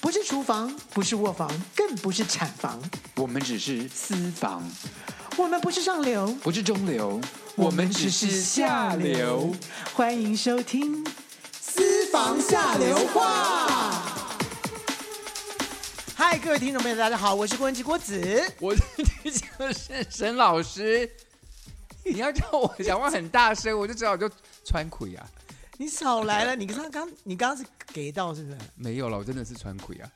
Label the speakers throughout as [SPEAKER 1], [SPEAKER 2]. [SPEAKER 1] 不是厨房，不是卧房，更不是产房，
[SPEAKER 2] 我们只是私房，
[SPEAKER 1] 我们不是上流，
[SPEAKER 2] 不是中流，我们只是下流。。
[SPEAKER 1] 欢迎收听《
[SPEAKER 2] 私
[SPEAKER 1] 房下流话》。嗨，各位听众朋友，大家好，我是郭文琪郭子。
[SPEAKER 2] 我你讲的是沈老师，你要叫我讲话很大声，我就知道我就穿盔啊，
[SPEAKER 1] 你少来了，你刚刚你刚刚是给到是不是？
[SPEAKER 2] 没有了，我真的是穿盔啊。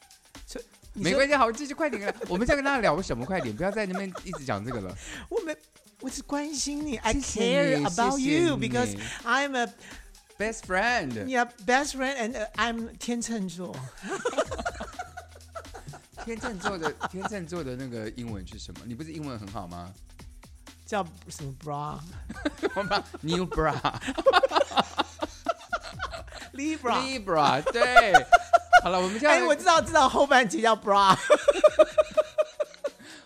[SPEAKER 1] 你
[SPEAKER 2] 没
[SPEAKER 1] 说
[SPEAKER 2] 关系，好，继续快点了。我们再跟大家聊什么？快点，不要在那边一直讲这个 了。
[SPEAKER 1] 我没，我只关心你。I
[SPEAKER 2] 谢谢
[SPEAKER 1] care
[SPEAKER 2] 你
[SPEAKER 1] about
[SPEAKER 2] 谢谢
[SPEAKER 1] you
[SPEAKER 2] 你
[SPEAKER 1] because I'm a
[SPEAKER 2] Best friend，
[SPEAKER 1] your best friend and uh, I'm 天秤座。
[SPEAKER 2] 天秤座 的天秤座的那个英文是什么？你不是英文很好吗？
[SPEAKER 1] 叫什么 bra
[SPEAKER 2] 我把 New bra。
[SPEAKER 1] Libra？
[SPEAKER 2] Libra，对。好了，我们这样，
[SPEAKER 1] 哎，我知道，知道后半集叫 bra。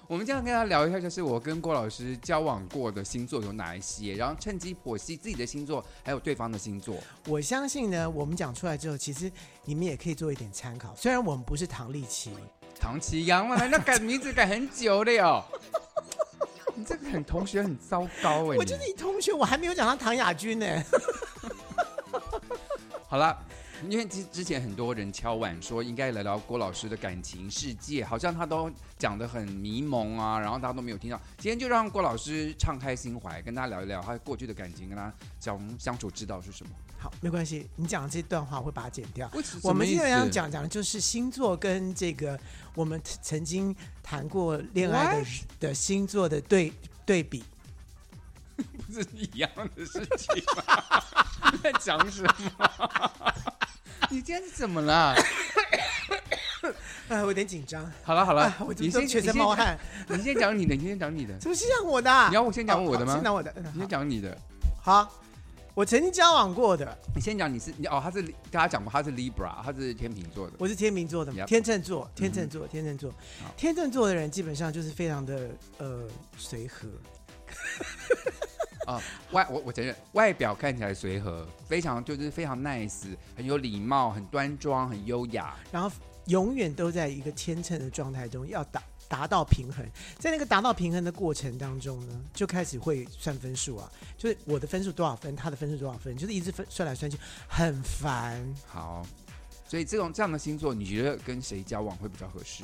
[SPEAKER 2] 我们这样跟大家聊一下，就是我跟郭老师交往过的星座有哪一些，然后趁机剖析自己的星座，还有对方的星座。
[SPEAKER 1] 我相信呢，我们讲出来之后，其实你们也可以做一点参考。虽然我们不是唐立奇，
[SPEAKER 2] 唐奇阳嘛，那改名字改很久了哟。 你这个很同学很糟糕哎、
[SPEAKER 1] 我就是
[SPEAKER 2] 你
[SPEAKER 1] 你同学，我还没有讲到唐雅君呢。
[SPEAKER 2] 好了。因为之之前很多人敲碗说应该聊聊郭老师的感情世界，好像他都讲得很迷蒙啊，然后大家都没有听到。今天就让郭老师敞开心怀，跟大家聊一聊他过去的感情，跟他相相处之道是什么。
[SPEAKER 1] 好，没关系，你讲的这段话我会把它剪掉。
[SPEAKER 2] 为什
[SPEAKER 1] 我们今
[SPEAKER 2] 什么
[SPEAKER 1] 天
[SPEAKER 2] 意
[SPEAKER 1] 要
[SPEAKER 2] 思
[SPEAKER 1] 讲讲的就是星座跟这个我们曾经谈过恋爱的
[SPEAKER 2] What？
[SPEAKER 1] 的星座的对对比。
[SPEAKER 2] 不是一样的事情吗？ 你在讲什么？你今天是怎么了？
[SPEAKER 1] 哎，我有点紧张，
[SPEAKER 2] 好了好了
[SPEAKER 1] 哎，，我怎
[SPEAKER 2] 你
[SPEAKER 1] 么都
[SPEAKER 2] 先
[SPEAKER 1] 全身冒，汗？
[SPEAKER 2] 你先你先讲你的，你先讲你的，
[SPEAKER 1] 怎么先讲我的啊？
[SPEAKER 2] 你要我先讲我的吗
[SPEAKER 1] 哦好先讲我的，嗯
[SPEAKER 2] 你先讲你的，
[SPEAKER 1] 好。好我曾经交往过的，
[SPEAKER 2] 你先讲你是你哦，他是跟他讲过他是 Libra，他是天秤座的，
[SPEAKER 1] 我是天秤座的嘛，
[SPEAKER 2] Yep 嗯
[SPEAKER 1] 天秤座，天秤座，天秤座
[SPEAKER 2] 好，
[SPEAKER 1] 天秤座的人基本上就是非常的呃随和，
[SPEAKER 2] 外我我承认外表看起来随和，非常就是非常 nice，很有礼貌，很端庄，很优雅，
[SPEAKER 1] 然后永远都在一个天秤的状态中，要达达到平衡。在那个达到平衡的过程当中呢，就开始会算分数啊，就是我的分数多少分，他的分数多少分，就是一直分算来算去，很烦。
[SPEAKER 2] 好。所以这种这样的星座，你觉得跟谁交往会比较合适？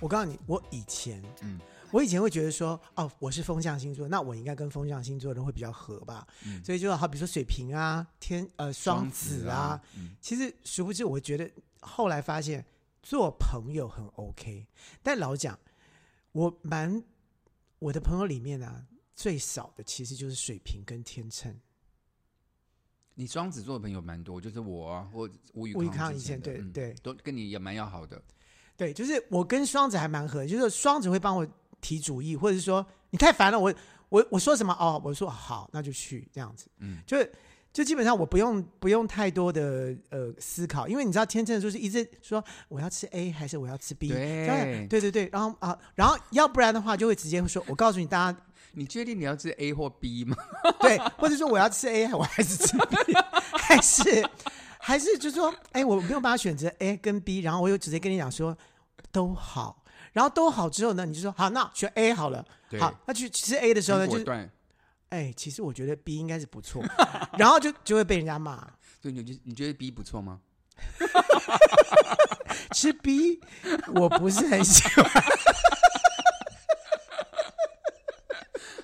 [SPEAKER 1] 我告诉你，我以前，
[SPEAKER 2] 嗯
[SPEAKER 1] 我以前会觉得说，哦，我是风象星座，那我应该跟风象星座的人会比较合吧。
[SPEAKER 2] 嗯
[SPEAKER 1] 所以就好比说水瓶啊、天呃双子啊，，
[SPEAKER 2] 嗯
[SPEAKER 1] 其实殊不知，我觉得后来发现做朋友很 OK，但老讲我蛮我的朋友里面啊，最少的其实就是水瓶跟天秤。
[SPEAKER 2] 你双子座的朋友蛮多，就是我啊或吴宇
[SPEAKER 1] 吴宇康
[SPEAKER 2] 之
[SPEAKER 1] 以前
[SPEAKER 2] 的
[SPEAKER 1] 对
[SPEAKER 2] 嗯
[SPEAKER 1] 对
[SPEAKER 2] 都跟你也蛮要好的。
[SPEAKER 1] 对，就是我跟双子还蛮合，就是双子会帮我提主意，或者是说你太烦了，我我我说什么哦，我说好，那就去这样子，
[SPEAKER 2] 嗯，
[SPEAKER 1] 就就基本上我不用不用太多的呃思考，因为你知道天秤座是一直说我要吃 A 还是我要吃 B，这
[SPEAKER 2] 对
[SPEAKER 1] 样对对对，然后啊，然后要不然的话就会直接说，我告诉你大家，
[SPEAKER 2] 你确定你要吃 A 或 B 吗？
[SPEAKER 1] 对，或者说我要吃 A，我还是吃 B，还 是还是就说，哎，我没有办法选择 A 跟 B，然后我又直接跟你讲说都好，然后都好之后呢，你就说好，那选 A 好了，
[SPEAKER 2] 对
[SPEAKER 1] 好，那去吃 A 的时候呢，
[SPEAKER 2] 很
[SPEAKER 1] 就
[SPEAKER 2] 果
[SPEAKER 1] 是
[SPEAKER 2] 断，
[SPEAKER 1] 哎，其实我觉得 B 应该是不错，然后就就会被人家骂。
[SPEAKER 2] 所以你就你觉得 B 不错吗？
[SPEAKER 1] 吃 B，我不是很 喜欢。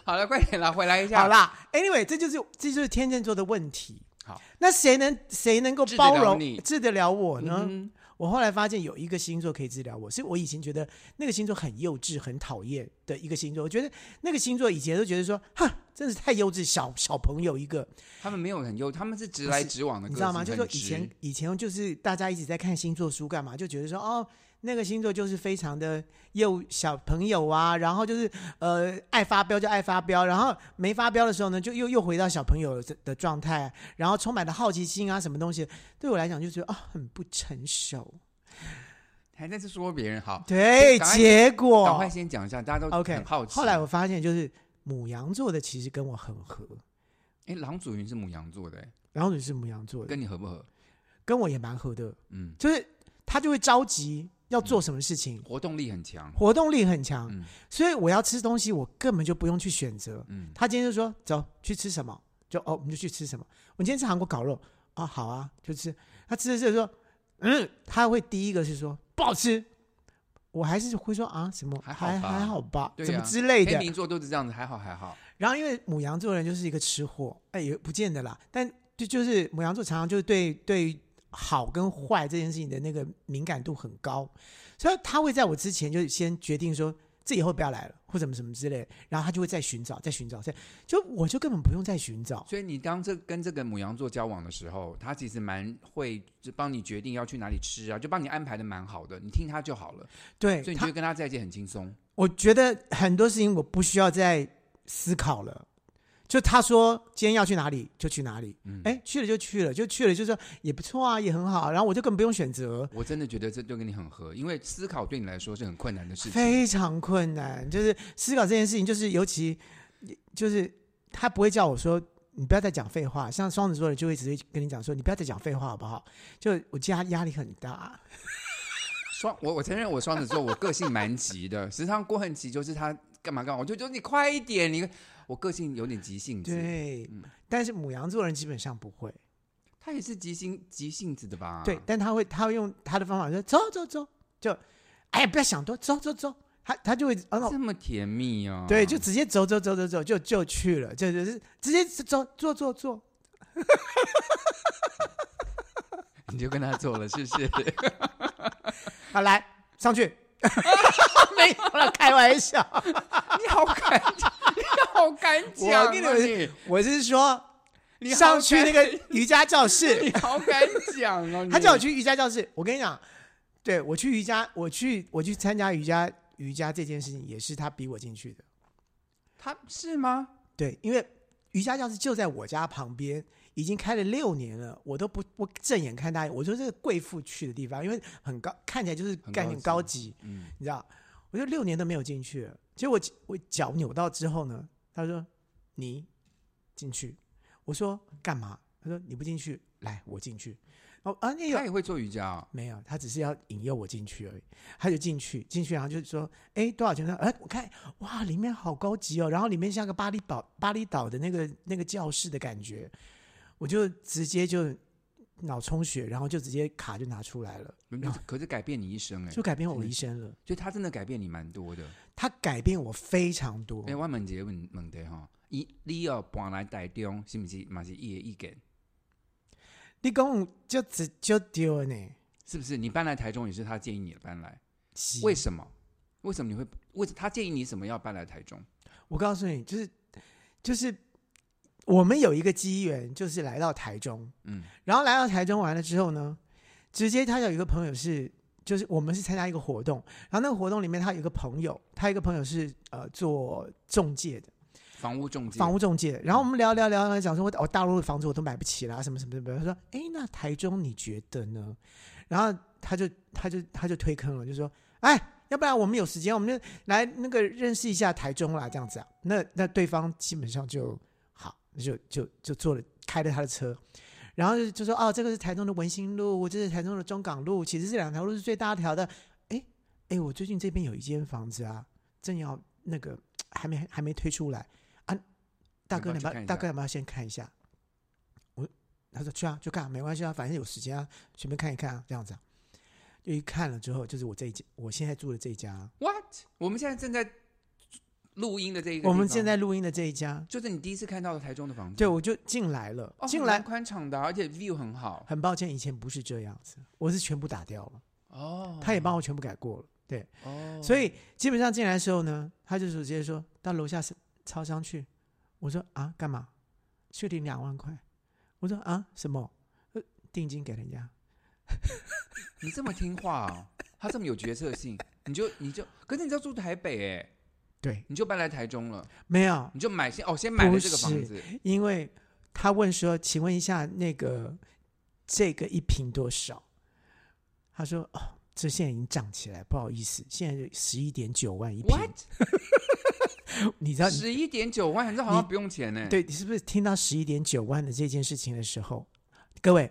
[SPEAKER 2] 好了，快点啦，回来一下。
[SPEAKER 1] 好，啦，Anyway，这就是这就是天秤座的问题。
[SPEAKER 2] 好，
[SPEAKER 1] 那谁能谁能够
[SPEAKER 2] 治得
[SPEAKER 1] 包
[SPEAKER 2] 了
[SPEAKER 1] 容
[SPEAKER 2] 你
[SPEAKER 1] 治得了我呢？
[SPEAKER 2] 嗯
[SPEAKER 1] 我后来发现有一个星座可以治疗我，是我以前觉得那个星座很幼稚、很讨厌的一个星座。我觉得那个星座以前都觉得说，哼，真是太幼稚，小小朋友一 个，
[SPEAKER 2] 哼，他们没有很优，他们是直来直往的
[SPEAKER 1] 你
[SPEAKER 2] 个性，
[SPEAKER 1] 知道吗？就
[SPEAKER 2] 很
[SPEAKER 1] 说以
[SPEAKER 2] 直
[SPEAKER 1] 前以前就是大家一直在看星座书干嘛，就觉得说哦，那个星座就是非常的幼小朋友啊，然后就是呃爱发飙就爱发飙，然后没发飙的时候呢，就又又回到小朋友的的状态，然后充满了好奇心啊，什么东西，对我来讲就觉得哦很不成熟。
[SPEAKER 2] 还在这说别人好，
[SPEAKER 1] 对，
[SPEAKER 2] 赶快
[SPEAKER 1] 结
[SPEAKER 2] 赶
[SPEAKER 1] 果
[SPEAKER 2] 快先讲一下，大家都
[SPEAKER 1] OK
[SPEAKER 2] 很好奇。
[SPEAKER 1] 后来我发现就是母羊座的其实跟我很合，
[SPEAKER 2] 哎，郎祖云是母羊座的，哎
[SPEAKER 1] 然后你是母羊座的，
[SPEAKER 2] 跟你合不合？
[SPEAKER 1] 跟我也蛮合的，
[SPEAKER 2] 嗯，
[SPEAKER 1] 就是他就会着急要做什么事情，
[SPEAKER 2] 活动力很强，
[SPEAKER 1] 活动力很强，
[SPEAKER 2] 嗯
[SPEAKER 1] 所以我要吃东西，我根本就不用去选择。
[SPEAKER 2] 嗯，
[SPEAKER 1] 他今天就说走去吃什么，就哦我们就去吃什么。我们今天吃韩国烤肉啊，好啊，就吃。他吃着吃着说，嗯，他会第一个是说不好吃，我还是会说啊什么
[SPEAKER 2] 还好
[SPEAKER 1] 还
[SPEAKER 2] 吧
[SPEAKER 1] 还好吧，
[SPEAKER 2] 对
[SPEAKER 1] 怎么
[SPEAKER 2] 啊
[SPEAKER 1] 之类
[SPEAKER 2] 天
[SPEAKER 1] 的。
[SPEAKER 2] 秤座都是这样子，还好还好，
[SPEAKER 1] 然后因为母羊座的人就是一个吃货，哎也不见得啦，但就就是母羊座常常就是对对好跟坏这件事情的那个敏感度很高，所以他会在我之前就先决定说。这以后不要来了，或怎么什么之类的，然后他就会再寻找，再寻找，再就我就根本不用再寻找，
[SPEAKER 2] 所以你当这跟这个母羊座交往的时候，他其实蛮会就帮你决定要去哪里吃啊，就帮你安排的蛮好的，你听他就好了，
[SPEAKER 1] 对
[SPEAKER 2] 所以你
[SPEAKER 1] 他
[SPEAKER 2] 就跟他在一起很轻松。
[SPEAKER 1] 我觉得很多事情我不需要再思考了。就他说今天要去哪里就去哪里，
[SPEAKER 2] 嗯，
[SPEAKER 1] 哎、去了就去了，就去了就说也不错啊，也很好。然后我就根本不用选择，
[SPEAKER 2] 我真的觉得这就跟你很合，因为思考对你来说是很困难的事情。
[SPEAKER 1] 非常困难。就是思考这件事情，就是尤其就是他不会叫我说你不要再讲废话，像双子座的就会直接跟你讲说你不要再讲废话好不好？就我家压力很大，
[SPEAKER 2] 双，我我承认我双子座，我个性蛮急的。 时常郭很急，就是他干嘛干嘛，我就就你快一点，你我个性有点急性子，
[SPEAKER 1] 对。
[SPEAKER 2] 嗯
[SPEAKER 1] 但是母羊座的人基本上不会。
[SPEAKER 2] 他也是急性急性子的吧？
[SPEAKER 1] 对，但他会他会用他的方法说走走走，就哎呀不要想多，走走走，他他就会哦、
[SPEAKER 2] 这么甜蜜哦。
[SPEAKER 1] 对，就直接走走走走走就就去了，就就是直接走坐坐坐，
[SPEAKER 2] 你就跟他做了，是 不是？
[SPEAKER 1] 好来上去， 没有了，开玩笑，
[SPEAKER 2] 你好敢，你好敢讲、啊，
[SPEAKER 1] 我跟你我是说
[SPEAKER 2] 你好
[SPEAKER 1] 上去
[SPEAKER 2] 敢
[SPEAKER 1] 那个瑜伽教室，
[SPEAKER 2] 你好敢讲 哦！
[SPEAKER 1] 他叫我
[SPEAKER 2] 去，
[SPEAKER 1] 去瑜伽教室，我跟你讲，对我去瑜伽，我去我去参加瑜伽瑜伽这件事情也是他逼我进去的。
[SPEAKER 2] 他是吗？
[SPEAKER 1] 对，因为瑜伽教室就在我家旁边，已经开了六年了，我都不我正眼看它，我说这个贵妇去的地方，因为很高，看起来就是
[SPEAKER 2] 很
[SPEAKER 1] 概
[SPEAKER 2] 高
[SPEAKER 1] 念
[SPEAKER 2] 级
[SPEAKER 1] 高级，
[SPEAKER 2] 嗯，
[SPEAKER 1] 你知道？我就六年都没有进去了，结果我我脚扭到之后呢，他说你进去，我说干嘛？他说你不进去，来我进去。哦啊，那个
[SPEAKER 2] 他也会做瑜伽、 哦，
[SPEAKER 1] 没有，他只是要引诱我进去而已。他就进去，进去然后就说：“哎，多少钱呢？”哎、我看哇，里面好高级哦，然后里面像个巴厘岛巴厘岛的那个那个教室的感觉，我就直接就脑充血，然后就直接卡就拿出来了，
[SPEAKER 2] 可是改变你一生哎、
[SPEAKER 1] 就改变我
[SPEAKER 2] 是
[SPEAKER 1] 一生了。
[SPEAKER 2] 就他真的改变你蛮多的。
[SPEAKER 1] 他改变我非常多
[SPEAKER 2] 哎、，我问一个问问题哈，伊你要搬来台中，是不是嘛是伊的意见？
[SPEAKER 1] 你讲就只就丢了呢，
[SPEAKER 2] 是不是你搬来台中也是他建议你搬来？
[SPEAKER 1] 是
[SPEAKER 2] 为什么？为什么你会？为什他建议你什么要搬来台中？
[SPEAKER 1] 我告诉你，就是就是我们有一个机缘，就是来到台中，
[SPEAKER 2] 嗯，
[SPEAKER 1] 然后来到台中完了之后呢，直接他有一个朋友是，就是我们是参加一个活动，然后那个活动里面他有一个朋友，他有一个朋友是呃做中介的，
[SPEAKER 2] 房屋中介，
[SPEAKER 1] 房屋中介的，然后我们聊聊聊，讲说我我大陆的房子我都买不起啦，什么什么什么，他说，哎，那台中你觉得呢？然后他就他就他就推坑了，就说，哎。要不然我们有时间，我们就来那个认识一下台中啦，这样子啊。那那对方基本上就好，就就就坐了开了他的车，然后就就说哦，这个是台中的文心路，这是台中的中港路，其实这两条路是最大条的。哎哎，我最近这边有一间房子啊，正要那个还没还没推出来啊，大哥
[SPEAKER 2] 要
[SPEAKER 1] 你
[SPEAKER 2] 不
[SPEAKER 1] 要
[SPEAKER 2] 要去看一下
[SPEAKER 1] 大哥要不要先看一下？我他说去啊，就看，没关系啊，反正有时间啊，随便看一看啊，这样子、啊。就一看了之后，就是我这一家，我现在住的这一家啊，
[SPEAKER 2] What？我们现在正在录音的这一个地
[SPEAKER 1] 我
[SPEAKER 2] 方，
[SPEAKER 1] 们现在录音的这一家，
[SPEAKER 2] 就是你第一次看到的台中的房子，
[SPEAKER 1] 对，我就进来了，
[SPEAKER 2] 哦，
[SPEAKER 1] 进
[SPEAKER 2] 还蛮
[SPEAKER 1] 来。
[SPEAKER 2] 宽敞的啊，而且 view 很好
[SPEAKER 1] 很抱歉，以前不是这样子，我是全部打掉了，
[SPEAKER 2] 哦。
[SPEAKER 1] 他也帮我全部改过了，对。
[SPEAKER 2] 哦，
[SPEAKER 1] 所以基本上进来的时候呢，他就是直接说到楼下是超商去。我说啊，干嘛？去领两万块。我说啊，什么？呃，定金给人家。
[SPEAKER 2] 你这么听话哦， 他这么有决策性，你就你就，可是你知道住台北哎，
[SPEAKER 1] 对，
[SPEAKER 2] 你就搬来台中了，
[SPEAKER 1] 没有，
[SPEAKER 2] 你就买先哦，先买了这个
[SPEAKER 1] 不
[SPEAKER 2] 房
[SPEAKER 1] 是
[SPEAKER 2] 子，
[SPEAKER 1] 因为他问说，请问一下那个这个一瓶多少？他说哦，这现在已经涨起来，不好意思，现在十一点九万一瓶。
[SPEAKER 2] What？
[SPEAKER 1] 你知道你
[SPEAKER 2] 十一点九万，这好像不用钱呢。，
[SPEAKER 1] 对你是不是听到十一点九万的这件事情的时候，各位，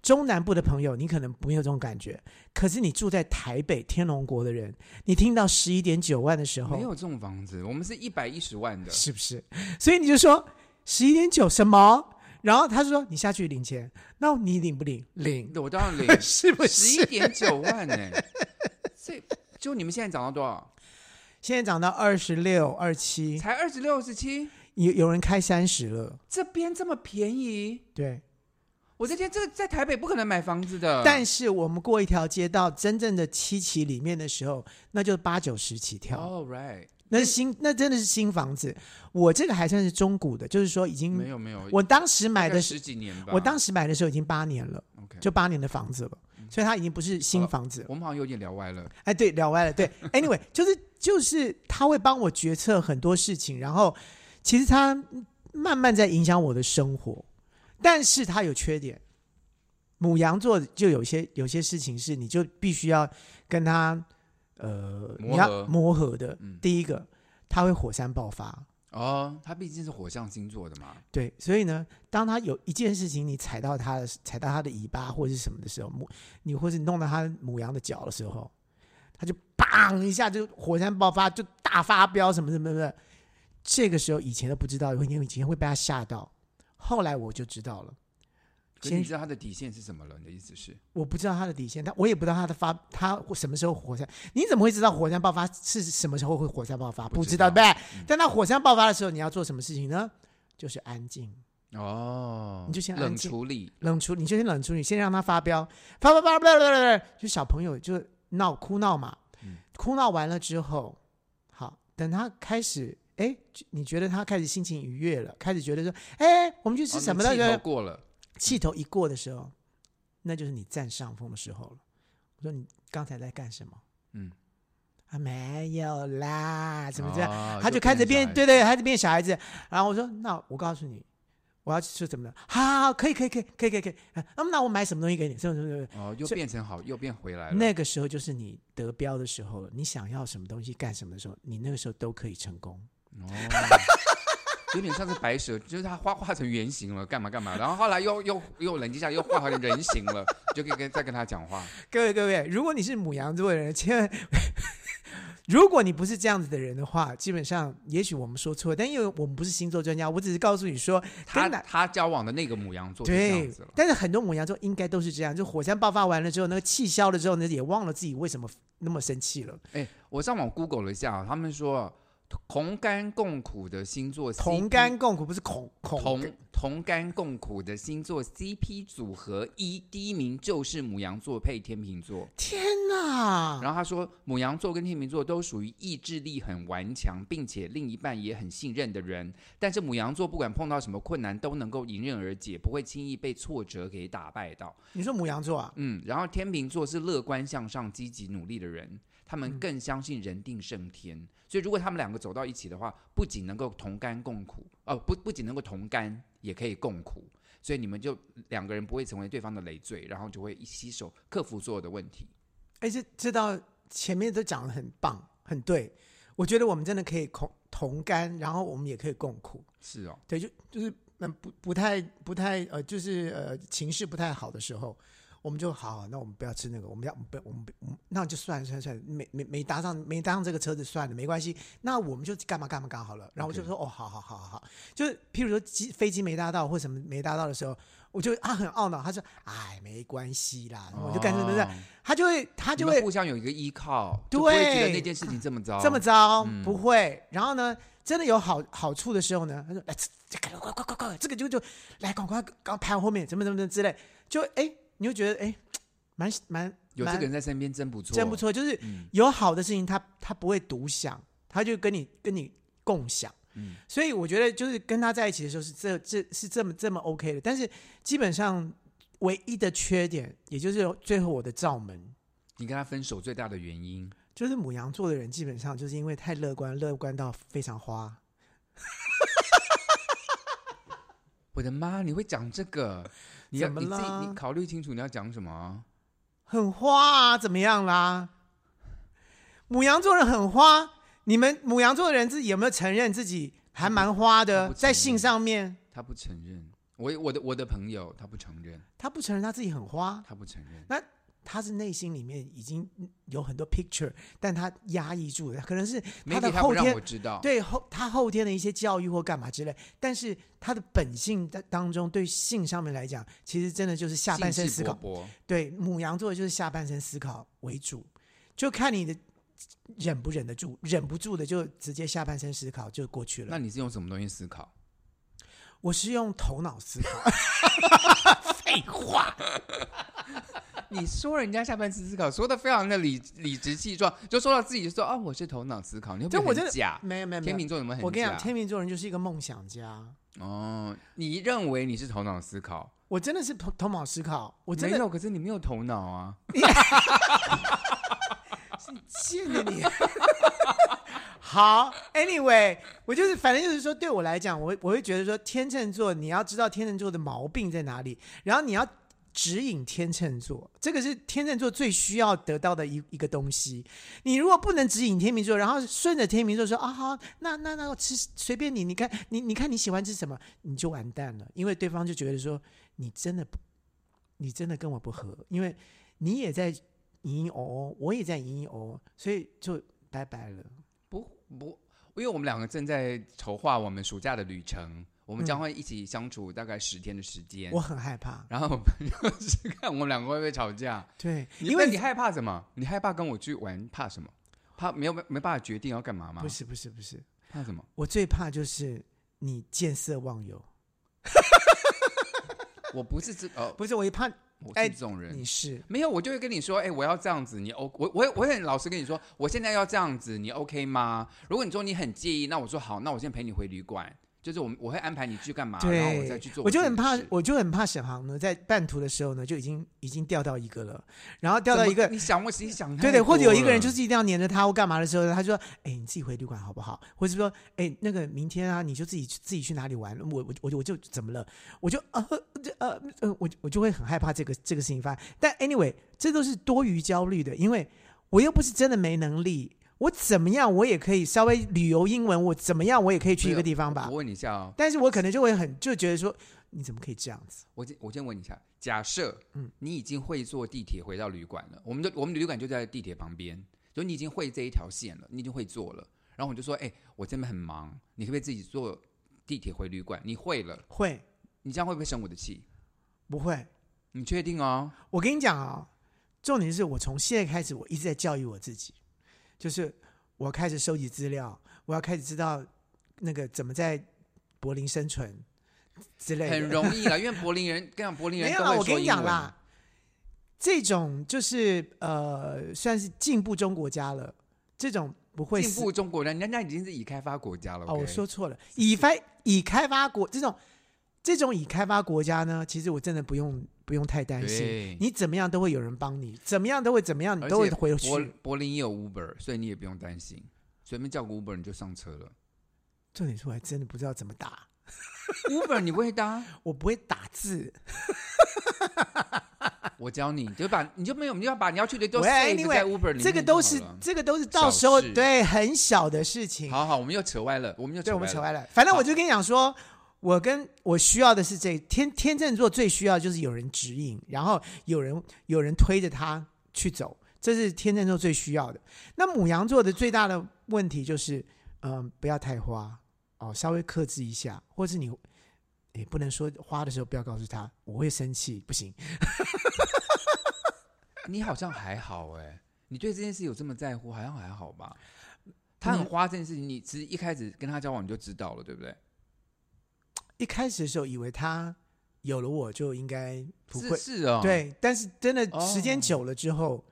[SPEAKER 1] 中南部的朋友，你可能没有这种感觉，可是你住在台北天龙国的人，你听到十一点九万的时
[SPEAKER 2] 没
[SPEAKER 1] 候，
[SPEAKER 2] 有这种房子，我们是一百一十万的，
[SPEAKER 1] 是不是？所以你就说十一点九什么？然后他就说你下去领钱，那你领不领？领，
[SPEAKER 2] 我当然领
[SPEAKER 1] 是 不
[SPEAKER 2] 十一
[SPEAKER 1] 是？
[SPEAKER 2] 点九万呢、 这就你们现在涨到多少？
[SPEAKER 1] 现在涨到二十六、二七，
[SPEAKER 2] 才二十六十七，
[SPEAKER 1] 有有人开三十了，
[SPEAKER 2] 这边这么便宜，
[SPEAKER 1] 对。
[SPEAKER 2] 我这天这个在台北不可能买房子的。
[SPEAKER 1] 但是我们过一条街道，真正的七期里面的时候，那就八九十起跳。
[SPEAKER 2] All right，
[SPEAKER 1] 那是新，那真的是新房子。我这个还算是中古的，就是说已
[SPEAKER 2] 没
[SPEAKER 1] 经，
[SPEAKER 2] 有没有，
[SPEAKER 1] 我当时
[SPEAKER 2] 大
[SPEAKER 1] 买
[SPEAKER 2] 概
[SPEAKER 1] 的时，
[SPEAKER 2] 十几年吧。
[SPEAKER 1] 我当时买的时候已经八年了，
[SPEAKER 2] OK，嗯
[SPEAKER 1] 就八年的房子了，所以它已经不是新房子了。
[SPEAKER 2] 我们好像有点聊歪了。
[SPEAKER 1] 哎，对，聊歪了。对 ，anyway，就是就是他会帮我决策很多事情，然后其实他慢慢在影响我的生活，但是他有缺点。母羊座就有些有些事情是你就必须要跟他呃你
[SPEAKER 2] 磨
[SPEAKER 1] 要
[SPEAKER 2] 合
[SPEAKER 1] 磨合的。
[SPEAKER 2] 嗯
[SPEAKER 1] 第一个，他会火山爆发。
[SPEAKER 2] 哦，他毕竟是火象星座的嘛，
[SPEAKER 1] 对，所以呢，当他有一件事情你踩到他的踩到他的尾巴或者是什么的时候，母你或是你弄到他母羊的脚的时候，他就砰一下就火山爆发，就大发飙什么什么的。这个时候以前都不知道，因为以前会被他吓到，后来我就知道了。
[SPEAKER 2] 可是
[SPEAKER 1] 先
[SPEAKER 2] 你知道他的底线是什么了？你的意思是？
[SPEAKER 1] 我不知道他的底线，他我也不知道他的发，他什么时候火山？你怎么会知道火山爆发是什么时候会火山爆发？不
[SPEAKER 2] 不
[SPEAKER 1] 知
[SPEAKER 2] 知
[SPEAKER 1] 道嗯
[SPEAKER 2] 道
[SPEAKER 1] 对不对？但他火山爆发的时候，你要做什么事情呢？就是安静。
[SPEAKER 2] 哦，
[SPEAKER 1] 你就先安
[SPEAKER 2] 冷
[SPEAKER 1] 静
[SPEAKER 2] 处理，
[SPEAKER 1] 冷处理，你就先冷处理，先让他发飙，发发发飙飙飙飙，就小朋友就闹哭闹嘛，
[SPEAKER 2] 嗯
[SPEAKER 1] 哭闹完了之后，好，等他开始，哎，就你觉得他开始心情愉悦了，开始觉得说，哎，我们去吃
[SPEAKER 2] 哦
[SPEAKER 1] 什么
[SPEAKER 2] 你
[SPEAKER 1] 的，
[SPEAKER 2] 气头过了，
[SPEAKER 1] 气头一过的时候，那就是你占上风的时候了。我说你刚才在干什么？
[SPEAKER 2] 嗯，
[SPEAKER 1] 啊，没有啦，怎么这样？
[SPEAKER 2] 样
[SPEAKER 1] 他就开始变，对
[SPEAKER 2] 对，
[SPEAKER 1] 对，开始变小孩子。然后我说，那我告诉你，我要去吃什么的？好好，好可以，可以，可以，可以，可以，可以。啊那么那我买什么东西给你？什么什么什么？
[SPEAKER 2] 哦，又
[SPEAKER 1] 所以
[SPEAKER 2] 变成好，又变回来了。
[SPEAKER 1] 那个时候就是你得标的时候了，你想要什么东西干什么的时候，你那个时候都可以成功。
[SPEAKER 2] 哦，有点像是白蛇，就是它化化成原形了，干嘛干嘛，然后后来又又又冷静下来，又化成人形了，就可以跟再跟他讲 话。
[SPEAKER 1] 各位各位，如果你是母羊座的人，千万。 如果你不是这样子的人的话，基本上也许我们说错，但因为我们不是星座专家，我只是告诉你说，
[SPEAKER 2] 他
[SPEAKER 1] 跟哪
[SPEAKER 2] 他交往的那个母羊座是这
[SPEAKER 1] 对
[SPEAKER 2] 样子了，，
[SPEAKER 1] 但是很多母羊座应该都是这样，就火山爆发完了之后，那个气消了之后呢，也忘了自己为什么那么生气了。
[SPEAKER 2] 哎，我上网 Google 了一下，啊他们说同甘共苦的星座 CP,
[SPEAKER 1] 同甘共苦不是恐恐
[SPEAKER 2] 同同甘共苦的星座 CP 组合一，第一名就是母羊座配天秤座。
[SPEAKER 1] 天哪！
[SPEAKER 2] 然后他说，母羊座跟天秤座都属于意志力很顽强，并且另一半也很信任的人。但是母羊座不管碰到什么困难，都能够迎刃而解，不会轻易被挫折给打败到。
[SPEAKER 1] 你说母羊座啊，
[SPEAKER 2] 嗯，然后天秤座是乐观向上、积极努力的人，他们
[SPEAKER 1] 嗯
[SPEAKER 2] 更相信人定胜天。所以如果他们两个走到一起的话，不仅能够同甘共苦，哦、不不仅能够同甘，也可以共苦。所以你们就两个人不会成为对方的累赘，然后就会一携手克服所有的问题。
[SPEAKER 1] 哎，这这到前面都讲的很棒，很对。我觉得我们真的可以同同甘，然后我们也可以共苦。
[SPEAKER 2] 是哦，
[SPEAKER 1] 对，就就是嗯，不不太不太呃，就是呃，情绪不太好的时候，我们就好，那我们不要吃那个，我们要我们不我们不我们那就算了算了算了，没没没搭上没搭上这个车子算了，没关系，那我们就干嘛干嘛干好了。然后我就
[SPEAKER 2] OK
[SPEAKER 1] 说哦，好好好好好，就是譬如说机飞机没搭到或什么没搭到的时候，我就啊很懊恼，他说哎没关系啦，我就干什么的，
[SPEAKER 2] 哦
[SPEAKER 1] 他就会他
[SPEAKER 2] 你
[SPEAKER 1] 就
[SPEAKER 2] 们
[SPEAKER 1] 会
[SPEAKER 2] 互相有一个依靠，就不会
[SPEAKER 1] 对
[SPEAKER 2] 觉得那件事情这么糟，
[SPEAKER 1] 这么糟，
[SPEAKER 2] 嗯
[SPEAKER 1] 不会。然后呢，真的有好好处的时候呢，他说来，哎这这赶快快快快，这个就就来赶快赶快排我后面，怎么怎么怎么之类，就哎，你就觉得哎，蛮蛮
[SPEAKER 2] 有这个
[SPEAKER 1] 蛮
[SPEAKER 2] 人在身边真不错，
[SPEAKER 1] 真不。错，就是
[SPEAKER 2] 嗯，
[SPEAKER 1] 有好的事情他他不会独享，他就跟你跟你共享。
[SPEAKER 2] 嗯
[SPEAKER 1] 所以我觉得就是跟他在一起的时候是这这是这么这么 OK 的，但是基本上唯一的缺点，也就是最后我的罩门，
[SPEAKER 2] 你跟他分手最大的原因，
[SPEAKER 1] 就是母羊座的人，基本上就是因为太乐观，乐观到非常花。
[SPEAKER 2] 我的妈！你会讲这个？你要
[SPEAKER 1] 怎么
[SPEAKER 2] 你自
[SPEAKER 1] 啦
[SPEAKER 2] 己你考虑清楚你要讲什么啊。
[SPEAKER 1] 很花啊，怎么样啦？母羊座人很花，你们母羊座的人自己有没有承认自己还蛮花
[SPEAKER 2] 他
[SPEAKER 1] 的，
[SPEAKER 2] 不承认
[SPEAKER 1] 在性上面？
[SPEAKER 2] 他不承认，我我的我的朋友他不承认，
[SPEAKER 1] 他不承认他自己很花，
[SPEAKER 2] 他不承认。
[SPEAKER 1] 他是内心里面已经有很多 picture，但他压抑住了，可能是
[SPEAKER 2] 媒
[SPEAKER 1] 的
[SPEAKER 2] 体他
[SPEAKER 1] 后
[SPEAKER 2] 不让
[SPEAKER 1] 天
[SPEAKER 2] 我知道，
[SPEAKER 1] 对后他后天的一些教育或干嘛之类，但是他的本性在当中对性上面来讲，其实真的就是下半身思
[SPEAKER 2] 兴致
[SPEAKER 1] 考
[SPEAKER 2] 勃。勃。
[SPEAKER 1] 对，母羊座就是下半身思考为主，就看你的忍不忍得住，忍不住的就直接下半身思考就过去
[SPEAKER 2] 那
[SPEAKER 1] 了。
[SPEAKER 2] 你是用什么东西思考？
[SPEAKER 1] 我是用头脑思考，废话，
[SPEAKER 2] 你说人家下半身思考说的非常的理理直气壮，就说到自己就说啊，我是头脑思考，你会不
[SPEAKER 1] 这
[SPEAKER 2] 会
[SPEAKER 1] 我真
[SPEAKER 2] 很
[SPEAKER 1] 的
[SPEAKER 2] 假？
[SPEAKER 1] 没有没有没
[SPEAKER 2] 天
[SPEAKER 1] 有。
[SPEAKER 2] 秤座有没有很假？
[SPEAKER 1] 我跟你讲，天秤座人就是一个梦想家。
[SPEAKER 2] 哦，你认为你是头脑思考，
[SPEAKER 1] 我真的是头头脑思考，我真的
[SPEAKER 2] 没有，可是你没有头脑啊。
[SPEAKER 1] 见了你。好，Anyway，我就是反正就是说，对我来讲，我会我会觉得说，天秤座你要知道天秤座的毛病在哪里，然后你要指引天秤座，这个是天秤座最需要得到的一一个东西。你如果不能指引天秤座，然后顺着天秤座说啊好，那那那我吃随便你，你看你你看你喜欢吃什么，你就完蛋了，因为对方就觉得说你真的不，你真的跟我不合，因为你也在隐隐哦哦，我也在隐隐哦哦，所以就拜拜了。
[SPEAKER 2] 不不，因为我们两个正在筹划我们暑假的旅程，我们将会一起相处大概十天的时间。
[SPEAKER 1] 我很害怕，
[SPEAKER 2] 然后我们 就是看我们两个会不会吵架，
[SPEAKER 1] 对，
[SPEAKER 2] 你
[SPEAKER 1] 因为
[SPEAKER 2] 你害怕什么？你害怕跟我去玩，怕什么？怕没有没办法决定要干嘛吗
[SPEAKER 1] 不？是不是不是，
[SPEAKER 2] 怕什么？
[SPEAKER 1] 我最怕就是你见色忘友，
[SPEAKER 2] 我不是这哦，
[SPEAKER 1] 不是我一怕
[SPEAKER 2] 我
[SPEAKER 1] 哎
[SPEAKER 2] 是这种人
[SPEAKER 1] 你。是
[SPEAKER 2] 没有，我就会跟你说，哎、我要这样子，你 O，我我我很老实跟你说，我现在要这样子，你 OK 吗？如果你说你很介意，那我说好，那我先陪你回旅馆，就是我我会安排你去干嘛，啊然后我再
[SPEAKER 1] 对
[SPEAKER 2] 去做，
[SPEAKER 1] 就
[SPEAKER 2] 自己
[SPEAKER 1] 很
[SPEAKER 2] 的
[SPEAKER 1] 怕
[SPEAKER 2] 事，
[SPEAKER 1] 我就很怕沈航呢，在半途的时候呢，就已经已经掉到一个了，然后掉到一
[SPEAKER 2] 怎
[SPEAKER 1] 个
[SPEAKER 2] 么你想我其实想
[SPEAKER 1] 对对，或者有一个人就是是一定要黏着他或干嘛的时候，他就说：“哎、你自己回旅馆好不好？”或者是说：“哎、那个明天啊，你就自己去自己去哪里玩？”我我我就我就怎么了？我就呃这呃呃，我就我就会很害怕这个这个事情发生。但 anyway，这都是多余焦虑的，因为我又不是真的没能力，我怎么样我也可以稍微旅游英文，我怎么样我也可以去一个地方吧
[SPEAKER 2] 我。问你一下哦，
[SPEAKER 1] 但是我可能就会很就觉得说，你怎么可以这样子？
[SPEAKER 2] 我先我先问你一下，假设
[SPEAKER 1] 嗯
[SPEAKER 2] 你已经会坐地铁回到旅馆了，我们的我们的旅馆就在地铁旁边，就你已经会这一条线了，你已经会坐了，然后我就说，哎、我真的很忙，你可不可以自己坐地铁回旅馆？你会了，
[SPEAKER 1] 会
[SPEAKER 2] 你这样会不会生我的气？
[SPEAKER 1] 不会？
[SPEAKER 2] 你确定哦？
[SPEAKER 1] 我跟你讲啊、重点是我从现在开始，我一直在教育我自己，就是我开始收集资料，我要开始知道那个怎么在柏林生存之类的。
[SPEAKER 2] 很容易啦，因为柏林人跟你讲柏林人
[SPEAKER 1] 没有
[SPEAKER 2] 都
[SPEAKER 1] 啦，
[SPEAKER 2] 会
[SPEAKER 1] 我
[SPEAKER 2] 说
[SPEAKER 1] 跟你
[SPEAKER 2] 英
[SPEAKER 1] 讲
[SPEAKER 2] 文。
[SPEAKER 1] 啦，这种就是呃，算是进步中国家了，这种不会
[SPEAKER 2] 进
[SPEAKER 1] 死
[SPEAKER 2] 步中国人，人家已经是已开发国家了。
[SPEAKER 1] 哦，
[SPEAKER 2] OK？
[SPEAKER 1] 我说错了，已发已开发国这种这种已开发国家呢，其实我真的不用不用太担心。
[SPEAKER 2] 对，
[SPEAKER 1] 你怎么样都会有人帮你，怎么样都会怎么样，你
[SPEAKER 2] 嗯而
[SPEAKER 1] 都会
[SPEAKER 2] 且
[SPEAKER 1] 回
[SPEAKER 2] 柏
[SPEAKER 1] 去。
[SPEAKER 2] 柏林也有 Uber，所以你也不用担心，随便叫个 Uber 你就上车了。
[SPEAKER 1] 重点是我还真的不知道怎么打，
[SPEAKER 2] Uber 你不会搭，
[SPEAKER 1] 我不会打字。
[SPEAKER 2] 我教你，就把你就没有，你就要把你要去的都
[SPEAKER 1] 喂
[SPEAKER 2] save
[SPEAKER 1] anyway，
[SPEAKER 2] 在 Uber 里面
[SPEAKER 1] 这个都是
[SPEAKER 2] 就好了
[SPEAKER 1] 这个都是到时候
[SPEAKER 2] 小事
[SPEAKER 1] 对很小的事情。
[SPEAKER 2] 好好，我们又扯歪了，我们又
[SPEAKER 1] 对，
[SPEAKER 2] 扯
[SPEAKER 1] 我们扯
[SPEAKER 2] 了。
[SPEAKER 1] 歪了。反正
[SPEAKER 2] 好
[SPEAKER 1] 我就跟你讲说，我跟我需要的是这天天秤座最需要就是有人指引，然后有人有人推着他去走，这是天秤座最需要的。那母羊座的最大的问题就是，嗯、不要太花哦，稍微克制一下，或是你。也不能说花的时候不要告诉他，我会生气，不行。
[SPEAKER 2] 你好像还好哎、你对这件事有这么在乎，好像还好吧？
[SPEAKER 1] 嗯
[SPEAKER 2] 他很花这件事情，你其实一开始跟他交往你就知道了，对不对？
[SPEAKER 1] 一开始的时候以为他有了我就应该不会
[SPEAKER 2] 是，是哦，，
[SPEAKER 1] 对，但是真的
[SPEAKER 2] 哦
[SPEAKER 1] 时间久了之后，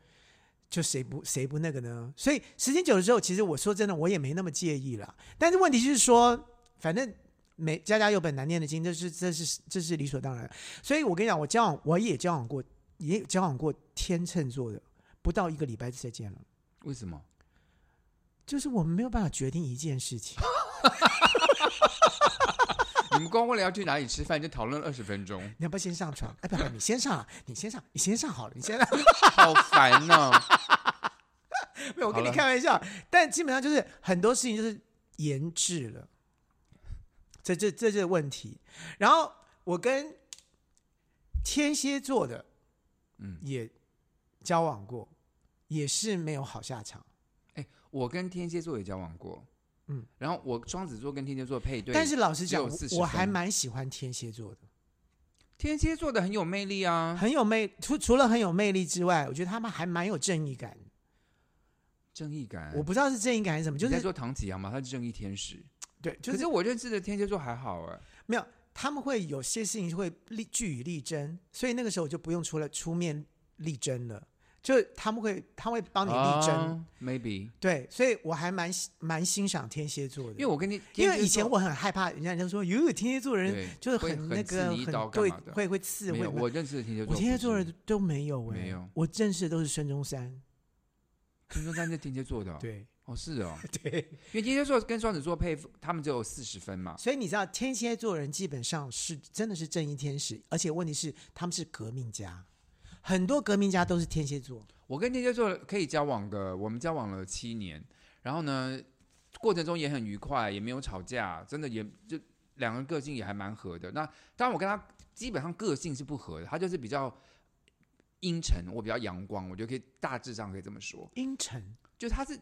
[SPEAKER 1] 就谁不谁不那个呢？所以时间久了之后，其实我说真的，我也没那么介意了。但是问题就是说，反正每家家有本难念的经，这是这是这是理所当然。所以我跟你讲，我交往我也交往过，也交往过天秤座的，不到一个礼拜就再见了。
[SPEAKER 2] 为什么？
[SPEAKER 1] 就是我们没有办法决定一件事情，
[SPEAKER 2] 你们光为了要去哪里吃饭就讨论二十分钟，
[SPEAKER 1] 你要不要先上床？哎，不不，你先上啊，你先上，你先上好了，你先上。
[SPEAKER 2] 好烦 哦！
[SPEAKER 1] 没有，我跟你
[SPEAKER 2] 好了
[SPEAKER 1] 开玩笑，但基本上就是很多事情就是延滞了，这这这就是问题。然后我跟天蝎座的
[SPEAKER 2] 嗯，
[SPEAKER 1] 也交往过，也是没有好下场。
[SPEAKER 2] 我跟天蝎座也交往过，
[SPEAKER 1] 嗯，
[SPEAKER 2] 然后我双子座跟天蝎座配对，
[SPEAKER 1] 但是老实
[SPEAKER 2] 只
[SPEAKER 1] 讲，
[SPEAKER 2] 有
[SPEAKER 1] 我
[SPEAKER 2] 40
[SPEAKER 1] 我还
[SPEAKER 2] 分
[SPEAKER 1] 蛮喜欢天蝎座的，
[SPEAKER 2] 天蝎座的很有魅力啊，
[SPEAKER 1] 很有魅。除除了很有魅力之外，我觉得他们还蛮有正义感的。
[SPEAKER 2] 正义感。
[SPEAKER 1] 我不知道是正义感还是什么，就
[SPEAKER 2] 哎你在
[SPEAKER 1] 是
[SPEAKER 2] 说唐启阳嘛，他是正义天使，
[SPEAKER 1] 对，就
[SPEAKER 2] 可
[SPEAKER 1] 是
[SPEAKER 2] 是我认识的天蝎座还好哎、
[SPEAKER 1] 他们会有些事情会立据以力争，所以那个时候我就不用出来出面力争了，就是他们会他会帮你力争。
[SPEAKER 2] 啊 maybe，
[SPEAKER 1] 对，所以我还蛮喜蛮欣赏天蝎座的，
[SPEAKER 2] 因为我跟你，
[SPEAKER 1] 因
[SPEAKER 2] 天
[SPEAKER 1] 为
[SPEAKER 2] 蝎
[SPEAKER 1] 以前
[SPEAKER 2] 座
[SPEAKER 1] 我很害怕，人家人家说有天蝎座的人
[SPEAKER 2] 对
[SPEAKER 1] 就是
[SPEAKER 2] 会
[SPEAKER 1] 那
[SPEAKER 2] 刺
[SPEAKER 1] 个
[SPEAKER 2] 你一刀
[SPEAKER 1] 很
[SPEAKER 2] 干
[SPEAKER 1] 对
[SPEAKER 2] 嘛，的，
[SPEAKER 1] 会会刺
[SPEAKER 2] 没
[SPEAKER 1] 会
[SPEAKER 2] 有，。我认识的天蝎座
[SPEAKER 1] 我
[SPEAKER 2] 不是，
[SPEAKER 1] 天蝎座人都没有哎、
[SPEAKER 2] 没有
[SPEAKER 1] 我认识的都是孙中山。
[SPEAKER 2] 听说三是天蝎座的、哦，，
[SPEAKER 1] 对
[SPEAKER 2] 哦是哦，
[SPEAKER 1] 对，
[SPEAKER 2] 因为天蝎座跟双子座配，他们只有四十分嘛，
[SPEAKER 1] 所以你知道天蝎座人基本上是真的是正义天使，而且问题是他们是革命家，很多革命家都是天蝎座。
[SPEAKER 2] 我跟天蝎座可以交往的，我们交往了七年，然后呢，过程中也很愉快，也没有吵架，真的也就两个人个性也还蛮合的。那当然，我跟他基本上个性是不合的，他就是比较阴沉，我比较阳光，我就可以大致上可以这么说，
[SPEAKER 1] 阴沉
[SPEAKER 2] 就他是。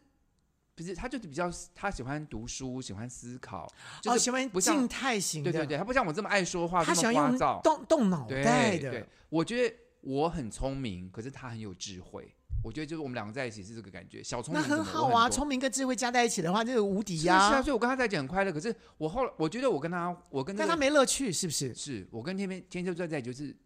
[SPEAKER 2] 不是，他就是比较，他喜欢读书，喜欢思考，啊就
[SPEAKER 1] 哦，
[SPEAKER 2] 是
[SPEAKER 1] 喜欢
[SPEAKER 2] 不像
[SPEAKER 1] 静态型的，
[SPEAKER 2] 对对对，他不像我这么爱说话，
[SPEAKER 1] 他
[SPEAKER 2] 这
[SPEAKER 1] 喜
[SPEAKER 2] 么
[SPEAKER 1] 欢
[SPEAKER 2] 聒
[SPEAKER 1] 用
[SPEAKER 2] 噪。
[SPEAKER 1] 动动脑
[SPEAKER 2] 对
[SPEAKER 1] 袋
[SPEAKER 2] 对
[SPEAKER 1] 的，，
[SPEAKER 2] 我觉得我很聪明，可是他很有智慧。我觉得就是我们两个在一起是这个感觉，小聪
[SPEAKER 1] 那
[SPEAKER 2] 明
[SPEAKER 1] 很
[SPEAKER 2] 什么
[SPEAKER 1] 好
[SPEAKER 2] 我
[SPEAKER 1] 啊，
[SPEAKER 2] 多
[SPEAKER 1] 聪明跟智慧加在一起的话，这个无敌
[SPEAKER 2] 是啊，是啊，
[SPEAKER 1] 呀。
[SPEAKER 2] 所以我跟他在一起很快乐。可是我后来，我觉得我跟他，我跟
[SPEAKER 1] 但
[SPEAKER 2] 那
[SPEAKER 1] 他
[SPEAKER 2] 个
[SPEAKER 1] 没乐趣，是不是？
[SPEAKER 2] 是我跟天边天蝎座在一起，就是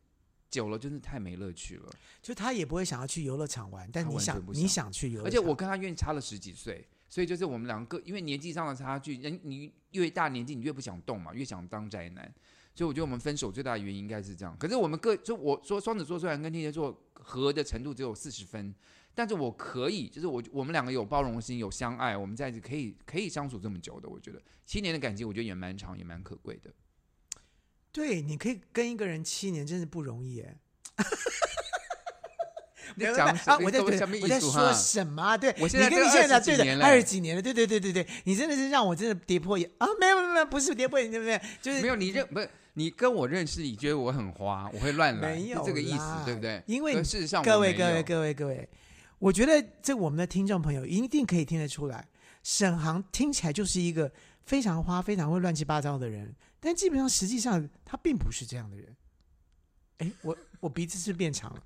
[SPEAKER 2] 久了，真是太没乐趣了。
[SPEAKER 1] 就他也不会想要去游乐场玩，但
[SPEAKER 2] 他
[SPEAKER 1] 你
[SPEAKER 2] 完
[SPEAKER 1] 想
[SPEAKER 2] 全不
[SPEAKER 1] 你
[SPEAKER 2] 想
[SPEAKER 1] 想去游乐场，
[SPEAKER 2] 而且我跟他愿意差了十几岁，所以就是我们两个因为年纪上的差距，人你越大年纪你越不想动嘛，越想当宅男。所以我觉得我们分手最大的原因应该是这样。可是我们各就我说双子座虽然跟天蝎座合的程度只有四十分，但是我可以，就是我我们两个有包容心，有相爱，我们在一起可以可以相处这么久的。我觉得七年的感情，我觉得也蛮长，也蛮可贵的。
[SPEAKER 1] 对，你可以跟一个人七年，真是不容易耶。
[SPEAKER 2] 你
[SPEAKER 1] 没有
[SPEAKER 2] 讲
[SPEAKER 1] 没有
[SPEAKER 2] 什
[SPEAKER 1] 啊！
[SPEAKER 2] 么
[SPEAKER 1] 我在
[SPEAKER 2] 你懂
[SPEAKER 1] 对
[SPEAKER 2] 什么意
[SPEAKER 1] 我在
[SPEAKER 2] 思
[SPEAKER 1] 说
[SPEAKER 2] 哈
[SPEAKER 1] 什么啊？对，
[SPEAKER 2] 我现在
[SPEAKER 1] 你跟
[SPEAKER 2] 都
[SPEAKER 1] 你现在
[SPEAKER 2] 20几
[SPEAKER 1] 对的
[SPEAKER 2] 年，了
[SPEAKER 1] 二十几年了，对对对对对，你真的是让我真的跌破眼啊！没有没有没有，不是跌破眼，对不对？就是
[SPEAKER 2] 没有你认不是你跟我认识，你觉得我很花，我会乱来，
[SPEAKER 1] 没
[SPEAKER 2] 是
[SPEAKER 1] 有
[SPEAKER 2] 这个意思
[SPEAKER 1] 啦，
[SPEAKER 2] 对不对？
[SPEAKER 1] 因为
[SPEAKER 2] 可事实上我
[SPEAKER 1] 各位
[SPEAKER 2] 没
[SPEAKER 1] 各位
[SPEAKER 2] 有
[SPEAKER 1] 各位各位，我觉得这我们的听众朋友一定可以听得出来，沈航听起来就是一个非常花、非常会乱七八糟的人，但基本上实际上他并不是这样的人。哎，我我鼻子是变长了，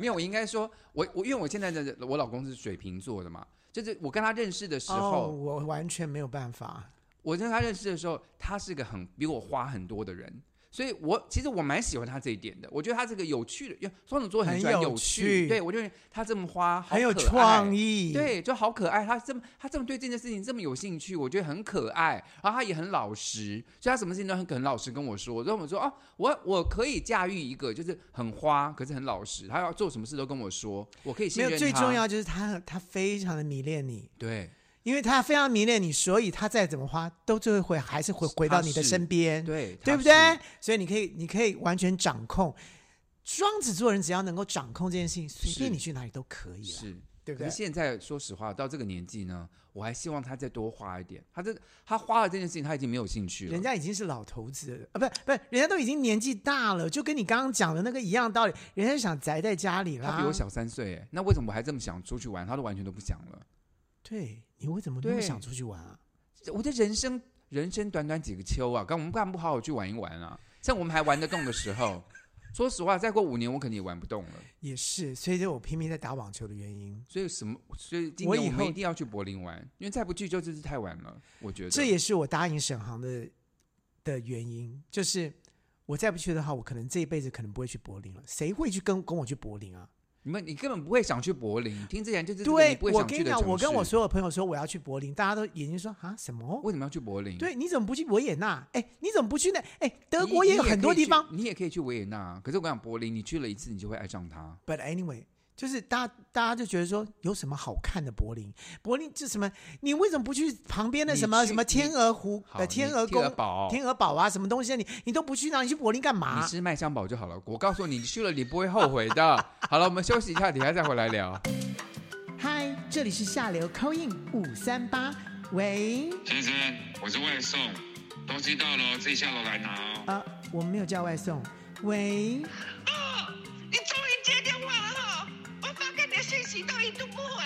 [SPEAKER 2] 没有，我应该说，我我因为我现在的我老公是水瓶座的嘛，就是我跟他认识的时
[SPEAKER 1] 哦，
[SPEAKER 2] 候，
[SPEAKER 1] 我完全没有办法。
[SPEAKER 2] 我跟他认识的时候，他是个很比我花很多的人，所以我其实我蛮喜欢他这一点的。我觉得他这个有趣的，因为双子座
[SPEAKER 1] 很
[SPEAKER 2] 喜欢
[SPEAKER 1] 有
[SPEAKER 2] 有
[SPEAKER 1] 趣
[SPEAKER 2] 对我觉得他这么花，好
[SPEAKER 1] 很有
[SPEAKER 2] 可爱
[SPEAKER 1] 创意，，
[SPEAKER 2] 对，就好可爱。他这么他这么对这件事情这么有兴趣，我觉得很可爱。然后他也很老实，所以他什么事情都很很老实跟我说。然后我说哦，我我可以驾驭一个就是很花，可是很老实，他要做什么事都跟我说，我可以信
[SPEAKER 1] 没
[SPEAKER 2] 任
[SPEAKER 1] 有
[SPEAKER 2] 他。
[SPEAKER 1] 最重要就是他他非常的迷恋你，
[SPEAKER 2] 对
[SPEAKER 1] 因为他非常迷恋你，所以他再怎么花都最后会还是会回到你的
[SPEAKER 2] 是
[SPEAKER 1] 身边。
[SPEAKER 2] 对
[SPEAKER 1] 对不？
[SPEAKER 2] 他
[SPEAKER 1] 对
[SPEAKER 2] 是？
[SPEAKER 1] 所以你可以，你可以完全掌控。双子座人只要能够掌控这件事情，随便你去哪里都可以了，
[SPEAKER 2] 是，
[SPEAKER 1] 对不
[SPEAKER 2] 可
[SPEAKER 1] 对
[SPEAKER 2] 是？现在说实话，到这个年纪呢，我还希望他再多花一点。他这他花了这件事情，他已经没有兴趣了。
[SPEAKER 1] 人家已经是老头子了啊，不是不是，人家都已经年纪大了，就跟你刚刚讲的那个一样道理，人家想宅在家里啦。
[SPEAKER 2] 他比我，小三岁，哎那为什么我还这么想出去玩？他都完全都不想了。
[SPEAKER 1] 对你为什么那么
[SPEAKER 2] 对
[SPEAKER 1] 想出去玩啊？
[SPEAKER 2] 我的人生人生短短几个秋啊，干我们干嘛不好好去玩一玩啊？像我们还玩得动的时候，说实话，再过五年我肯定也玩不动了。
[SPEAKER 1] 也是，所以就我拼命在打网球的原因，
[SPEAKER 2] 所以什么？所以今
[SPEAKER 1] 我
[SPEAKER 2] 年
[SPEAKER 1] 以
[SPEAKER 2] 我们
[SPEAKER 1] 后
[SPEAKER 2] 一定要去柏林玩，因为再不去就真是太晚了。我觉得
[SPEAKER 1] 这也是我答应沈航的的原因，就是我再不去的话，我可能这一辈子可能不会去柏林了。谁会去跟跟我去柏林啊？
[SPEAKER 2] 你们你根本不会想去柏林，听之前就是这个你
[SPEAKER 1] 对
[SPEAKER 2] 不，会
[SPEAKER 1] 我
[SPEAKER 2] 想
[SPEAKER 1] 跟
[SPEAKER 2] 去
[SPEAKER 1] 你
[SPEAKER 2] 的
[SPEAKER 1] 讲，
[SPEAKER 2] 城
[SPEAKER 1] 我跟我
[SPEAKER 2] 市
[SPEAKER 1] 所有朋友说我要去柏林，大家都眼睛说啊什么？
[SPEAKER 2] 为什么要去柏林？
[SPEAKER 1] 对，你怎么不去维也纳？哎，你怎么不去呢？哎，
[SPEAKER 2] 你，
[SPEAKER 1] 德国也有很多地方。
[SPEAKER 2] 你也可以去，你也可以去维也纳。可是我跟你讲，柏林你去了一次，你就会爱上它。
[SPEAKER 1] But anyway，就是大家大家就觉得说有什么好看的柏林？柏林这什么？你为什么不去旁边的
[SPEAKER 2] 你
[SPEAKER 1] 什么
[SPEAKER 2] 去
[SPEAKER 1] 什么
[SPEAKER 2] 你
[SPEAKER 1] 天鹅湖、
[SPEAKER 2] 好，
[SPEAKER 1] 呃天
[SPEAKER 2] 你
[SPEAKER 1] 鹅
[SPEAKER 2] 天鹅
[SPEAKER 1] 宫、
[SPEAKER 2] 堡，
[SPEAKER 1] 天鹅啊堡啊，什么东西啊？你你都不去那，你去柏林干
[SPEAKER 2] 你
[SPEAKER 1] 嘛？
[SPEAKER 2] 吃麦香堡就好了。我告诉你，你去了你不会后悔的。好了，我们休息一下，等一下再回来聊。
[SPEAKER 1] 嗨，这里是下流 c o i n 五三八，喂。
[SPEAKER 3] 先生，我是外送，东西到了哦自己下楼来拿哦。
[SPEAKER 1] 啊，我们没有叫外送。喂，
[SPEAKER 3] 哦，你终于接电话了哈、我发给你的信息都一度不回，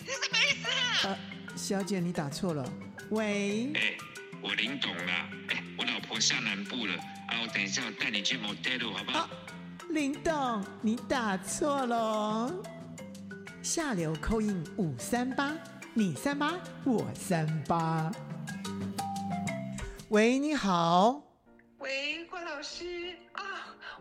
[SPEAKER 3] 你什么意思啊？
[SPEAKER 1] 呃，小姐你打错了。喂，
[SPEAKER 4] 哎，我林董啦，哎，我老婆下南部了，啊，我等一下我带你去 motel 好不好？
[SPEAKER 1] 啊，林董，你打错了哦。下流扣印五三八，你三八，我三八。喂，你好。
[SPEAKER 3] 喂，郭老师啊，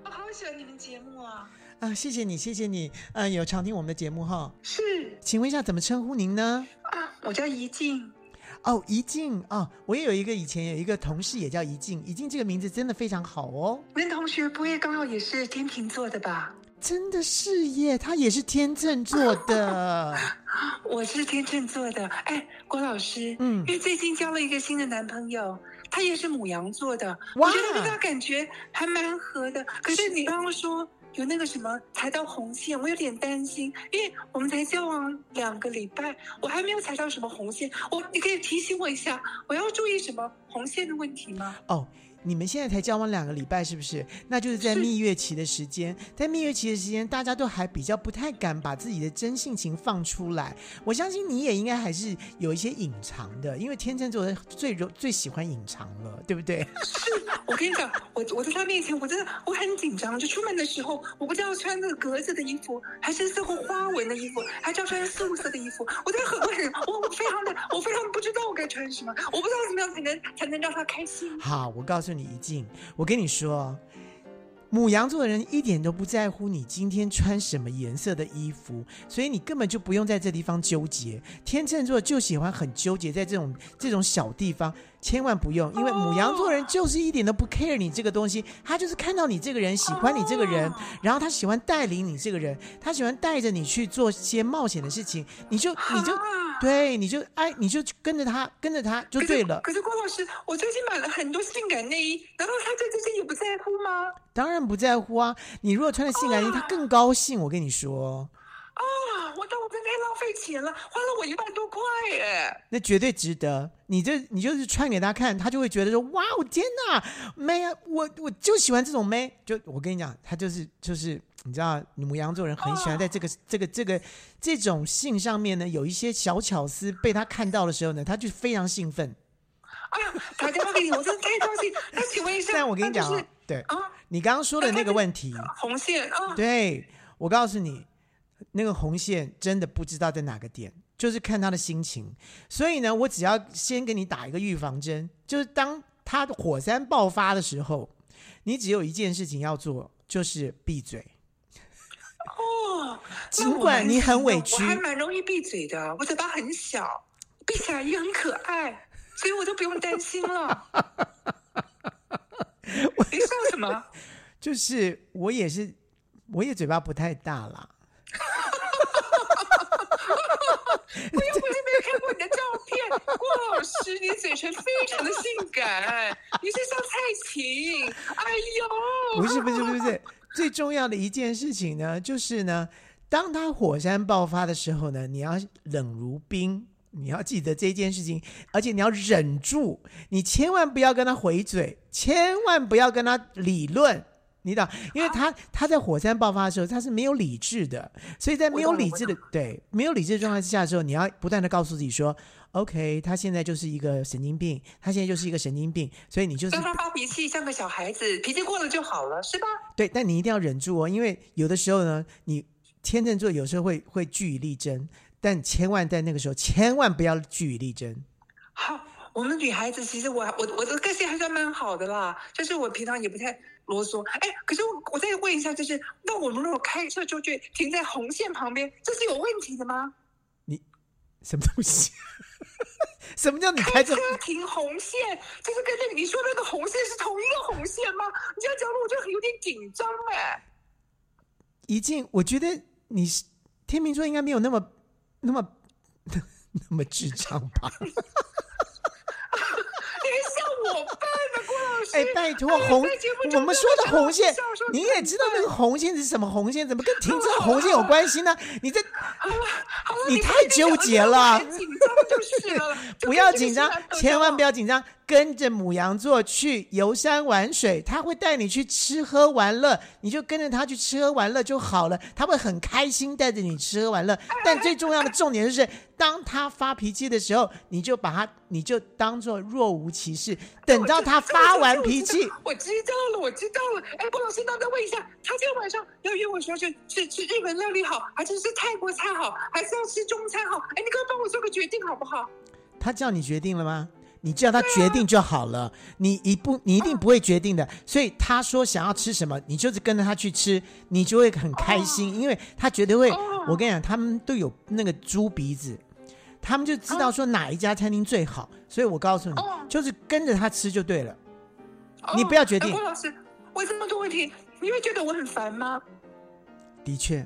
[SPEAKER 3] 我好喜欢你们节目啊！
[SPEAKER 1] 啊，谢谢你，谢谢你，嗯、有常听我们的节目哈。
[SPEAKER 3] 是
[SPEAKER 1] 请问一下，怎么称呼您呢？
[SPEAKER 3] 啊，我叫怡静。
[SPEAKER 1] 哦，怡静哦，我也有一个以前有一个同事也叫怡静，怡静这个名字真的非常好哦，
[SPEAKER 3] 您同学不会刚好也是天秤座的吧？
[SPEAKER 1] 真的是耶，她也是天秤座的，
[SPEAKER 3] 我是天秤座的。哎，郭老师，
[SPEAKER 1] 嗯
[SPEAKER 3] 因为最近交了一个新的男朋友，他也是母羊座的，
[SPEAKER 1] 哇
[SPEAKER 3] 我觉得跟他感觉还蛮合的。可是你刚刚说有那个什么踩到红线，我有点担心，因为我们才交往两个礼拜，我还没有踩到什么红线。我你可以提醒我一下，我要注意什么红线的问题吗？
[SPEAKER 1] 哦。你们现在才交往两个礼拜，是不是？那就是在
[SPEAKER 3] 是
[SPEAKER 1] 蜜月期的时间，在蜜月期的时间，大家都还比较不太敢把自己的真性情放出来。我相信你也应该还是有一些隐藏的，因为天秤座的最容最喜欢隐藏了，对不对？
[SPEAKER 3] 我跟你讲，我我在他面前，我真的我很紧张。就出门的时候，我不知道穿那个格子的衣服，还是色后花纹的衣服，还是要穿素色的衣服。 我真的很我很我我非常的我非常不知道我该穿什么，我不知道怎么样才能才能让他开心。
[SPEAKER 1] 好，我告诉你一静，我跟你说，母羊座的人一点都不在乎你今天穿什么颜色的衣服，所以你根本就不用在这地方纠结。天秤座就喜欢很纠结在这种这种小地方，千万不用，因
[SPEAKER 3] 哦
[SPEAKER 1] 为母羊座人就是一点都不 care 你这个东西，他就是看到你这个人喜欢你这个人
[SPEAKER 3] 哦，
[SPEAKER 1] 然后他喜欢带领你这个人，他喜欢带着你去做些冒险的事情，你就你就
[SPEAKER 3] 啊。
[SPEAKER 1] 对，你就哎，你就跟着他，跟着他就
[SPEAKER 3] 可是
[SPEAKER 1] 对了。
[SPEAKER 3] 可是郭老师，我最近买了很多性感内衣，难道他对这些也不在乎吗？
[SPEAKER 1] 当然不在乎啊！你如果穿的性感一点，他更高兴。我跟你说，
[SPEAKER 3] 啊，我但我真的太浪费钱了，花了我一万多块耶！
[SPEAKER 1] 那绝对值得。你这你就是穿给他看，他就会觉得说：“哇，我天哪，妹啊，我我就喜欢这种妹。就”我跟你讲，他就是就是你知道，母羊座人很喜欢在这个、这个这个这种性上面呢，有一些小巧思被他看到的时候呢，他就非常兴奋。
[SPEAKER 3] 哎呀，打电话给你，我真的太高兴。那 请问一下，
[SPEAKER 1] 但我跟你
[SPEAKER 3] 那就
[SPEAKER 1] 讲、啊，
[SPEAKER 3] 是
[SPEAKER 1] 对
[SPEAKER 3] 啊，
[SPEAKER 1] 你刚刚说的那个问题，
[SPEAKER 3] 红线 啊，
[SPEAKER 1] 对，我告诉你，那个红线真的不知道在哪个点，就是看他的心情。所以呢，我只要先给你打一个预防针，就是当他火山爆发的时候，你只有一件事情要做，就是闭嘴。
[SPEAKER 3] 哦，那
[SPEAKER 1] 尽
[SPEAKER 3] 我
[SPEAKER 1] 管
[SPEAKER 3] 蛮
[SPEAKER 1] 你很
[SPEAKER 3] 容
[SPEAKER 1] 委
[SPEAKER 3] 易
[SPEAKER 1] 屈
[SPEAKER 3] 我还蛮容易闭嘴的，我嘴巴很小，闭起来也很可爱，所以我都不用担 心了。你笑什么？
[SPEAKER 1] 就是我也是，我也嘴巴不太大啦。
[SPEAKER 3] 我又不是没有看过你的照片，郭老师，你嘴唇非常的性感，你是像蔡琴。哎呦，
[SPEAKER 1] 不是不是不是不是，最重要的一件事情呢，就是呢，当它火山爆发的时候呢，你要冷如冰，你要记得这件事情，而且你要忍住，你千万不要跟他回嘴，千万不要跟他理论。你懂，因为他他在火山爆发的时候，他是没有理智的，所以在没有
[SPEAKER 3] 我懂
[SPEAKER 1] 理
[SPEAKER 3] 我
[SPEAKER 1] 智的对没有理智的状态之下的时候，你要不断的告诉自己说，OK，他现在就是一个神经病，他现在就是一个神经病，所以你就是
[SPEAKER 3] 让他发脾气，像个小孩子，脾气过了就好了，是吧？
[SPEAKER 1] 对，但你一定要忍住哦，因为有的时候呢，你天秤座有时候会会据以力争，但千万在那个时候千万不要据以力争。
[SPEAKER 3] 好，我们女孩子其实我我我的个性还算蛮好的啦，就是我平常也不太啰嗦。哎，可是我我再问一下，就是那我们如果开车出去停在红线旁边，这是有问题的吗？
[SPEAKER 1] 什么东西？ 什么叫你开车
[SPEAKER 3] 车？停红线，就是跟那个你说那个红线是同一个红线吗？你这样讲的我就很有点紧张哎、
[SPEAKER 1] 一静，我觉得你是天秤座应该没有那么那么 那么智障吧？
[SPEAKER 3] 你还笑我笨呢，郭老师。
[SPEAKER 1] 哎，拜托
[SPEAKER 3] 哎
[SPEAKER 1] 红
[SPEAKER 3] 在节目，
[SPEAKER 1] 我
[SPEAKER 3] 中
[SPEAKER 1] 们说的红线，你也知道那个红线是什么红线，怎么跟停车红线有关系呢？你在
[SPEAKER 3] 好了，
[SPEAKER 1] 你
[SPEAKER 3] 不要
[SPEAKER 1] 太
[SPEAKER 3] 再讲
[SPEAKER 1] 纠结
[SPEAKER 3] 了
[SPEAKER 1] 了
[SPEAKER 3] 我很紧张就是了，
[SPEAKER 1] 不
[SPEAKER 3] 就跟
[SPEAKER 1] 要
[SPEAKER 3] 这个
[SPEAKER 1] 紧张
[SPEAKER 3] 新郎，合
[SPEAKER 1] 千万
[SPEAKER 3] 照
[SPEAKER 1] 不要紧张，跟着母羊座去游山玩水，他会带你去吃喝玩乐，你就跟着他去吃喝玩乐就好了，他会很开心带着你吃喝玩 乐。但最重要的重点就是，当他发脾气的时候，你就把他，你就当做若无其事，等到
[SPEAKER 3] 哎
[SPEAKER 1] 他发完脾气，
[SPEAKER 3] 我知道了，我知道了。哎，郭老师，那再问一下，他今天晚上要约我说是是吃日本料理好，还是吃泰国菜好，还是要吃中餐好？哎，你给我帮我做个决定好不好？
[SPEAKER 1] 他叫你决定了吗？你叫他决定就好了，你一不，你一定不会决定的。所以他说想要吃什么，你就是跟着他去吃，你就会很开心，因为他绝对会。我跟你讲，他们都有那个猪鼻子，他们就知道说哪一家餐厅最好。所以我告诉你
[SPEAKER 3] 哦，
[SPEAKER 1] 就是跟着他吃就对了。
[SPEAKER 3] 哦
[SPEAKER 1] 你不要决
[SPEAKER 3] 哎
[SPEAKER 1] 定
[SPEAKER 3] 郭老师，我这么多问题，你会觉得我很烦吗？
[SPEAKER 1] 的 确。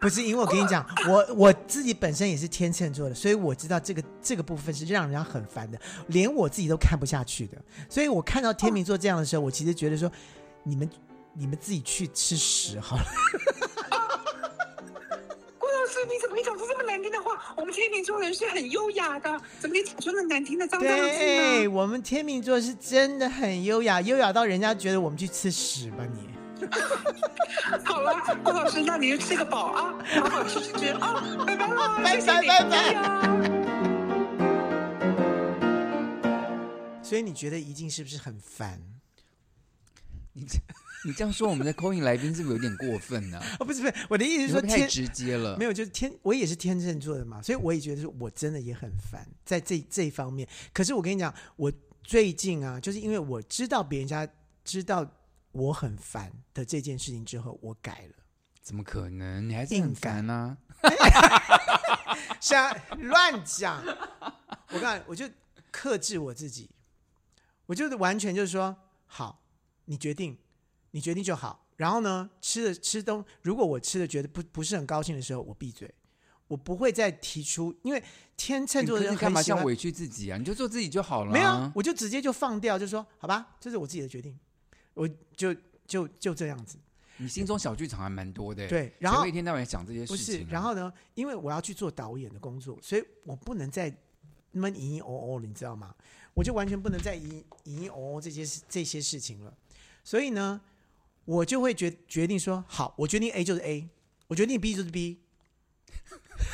[SPEAKER 1] 不是，因为我跟你讲，我我自己本身也是天秤座的，所以我知道这个这个部分是让人家很烦的，连我自己都看不下去的。所以我看到天秤座这样的时候，我其实觉得说，你们你们自己去吃屎好了。
[SPEAKER 3] 郭老师，你怎么会讲出这么难听的话？我们天秤座人是很优雅的，怎么你讲出那难听的脏脏的 字
[SPEAKER 1] 对，
[SPEAKER 3] 呢？
[SPEAKER 1] 我们天秤座是真的很优雅，优雅到人家觉得我们去吃屎吧你。
[SPEAKER 3] 好了，郭老师，那你就吃个饱啊，好好吃吃吃啊，拜拜 啦，
[SPEAKER 1] 拜
[SPEAKER 3] 谢谢你
[SPEAKER 1] 拜拜拜
[SPEAKER 3] 呀
[SPEAKER 1] 所以你觉得一静是不是很烦？
[SPEAKER 2] 你这你这样说我们的 c a l i n 来宾是不是有点过分呢、
[SPEAKER 1] 哦，不是不是，我的意思
[SPEAKER 2] 你
[SPEAKER 1] 是说
[SPEAKER 2] 会不会太
[SPEAKER 1] 天
[SPEAKER 2] 直接了
[SPEAKER 1] 没。有，就是天，我也是天秤座的嘛，所以我也觉得说我真的也很烦在这这一方面。可是我跟你讲，我最近啊，就是因为我知道别人家知道我很烦的这件事情之后，我改了，
[SPEAKER 2] 怎么可能？你还是很
[SPEAKER 1] 硬
[SPEAKER 2] 烦啊！
[SPEAKER 1] 想乱讲。我告诉你，我就克制我自己，我就完全就是说，好，你决定，你决定就好。然后呢，吃的吃东，如果我吃的觉得不不是很高兴的时候，我闭嘴。我不会再提出，因为天秤
[SPEAKER 2] 你
[SPEAKER 1] 座的
[SPEAKER 2] 可
[SPEAKER 1] 人
[SPEAKER 2] 是
[SPEAKER 1] 很
[SPEAKER 2] 干嘛
[SPEAKER 1] 喜
[SPEAKER 2] 这样
[SPEAKER 1] 欢
[SPEAKER 2] 委屈自己啊？你就做自己就好了、
[SPEAKER 1] 没有啊，，我就直接就放掉，就说好吧，这是我自己的决定，我就就就这样子。
[SPEAKER 2] 你心中小剧场还蛮多的。
[SPEAKER 1] 对然后
[SPEAKER 2] 谁会一天到晚想这些
[SPEAKER 1] 不
[SPEAKER 2] 事
[SPEAKER 1] 是
[SPEAKER 2] 情啊、，
[SPEAKER 1] 然后呢，因为我要去做导演的工作，所以我不能再那么隐隐哦哦了，你知道吗？我就完全不能再隐隐隐哦哦这些事这些事情了。所以呢，我就会决决定说，好，我决定 A 就是 A，我决定 B 就是 B。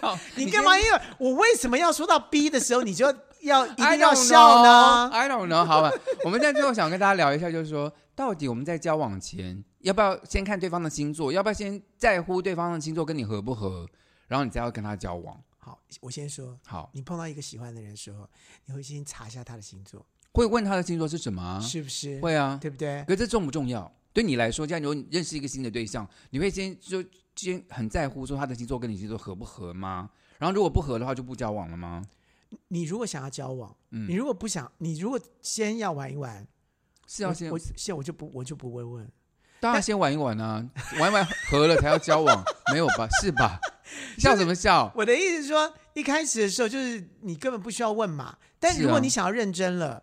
[SPEAKER 2] 好
[SPEAKER 1] 你干嘛？
[SPEAKER 2] 啊先
[SPEAKER 1] 因为我为什么要说到 B 的时候，你就 要一
[SPEAKER 2] I
[SPEAKER 1] 定要
[SPEAKER 2] don't
[SPEAKER 1] 笑呢
[SPEAKER 2] know,？？I don't know，好吧。我们在最后想跟大家聊一下，就是说，到底我们在交往前，要不要先看对方的星座？要不要先在乎对方的星座跟你合不合？然后你再要跟他交往。
[SPEAKER 1] 好，我先说，
[SPEAKER 2] 好，
[SPEAKER 1] 你碰到一个喜欢的人的时候，你会先查一下他的星座、
[SPEAKER 2] 会问他的星座是什么啊？
[SPEAKER 1] 是不是，
[SPEAKER 2] 会啊。
[SPEAKER 1] 对不对？
[SPEAKER 2] 可是这重不重要？对你来说，这样如果你认识一个新的对象，你会先就先很在乎说他的星座跟你星座合不合吗？然后如果不合的话，就不交往了吗？
[SPEAKER 1] 你如果想要交往，
[SPEAKER 2] 嗯
[SPEAKER 1] 你如果不想，你如果先要玩一玩，
[SPEAKER 2] 是要
[SPEAKER 1] 我
[SPEAKER 2] 先
[SPEAKER 1] 我现我就不我就不会问。
[SPEAKER 2] 当然先玩一玩啊，玩一玩合了才要交往，没有吧？是 吧？笑什么笑？
[SPEAKER 1] 我的意思是说，一开始的时候就是你根本不需要问嘛，但
[SPEAKER 2] 是啊
[SPEAKER 1] 如果你想要认真了，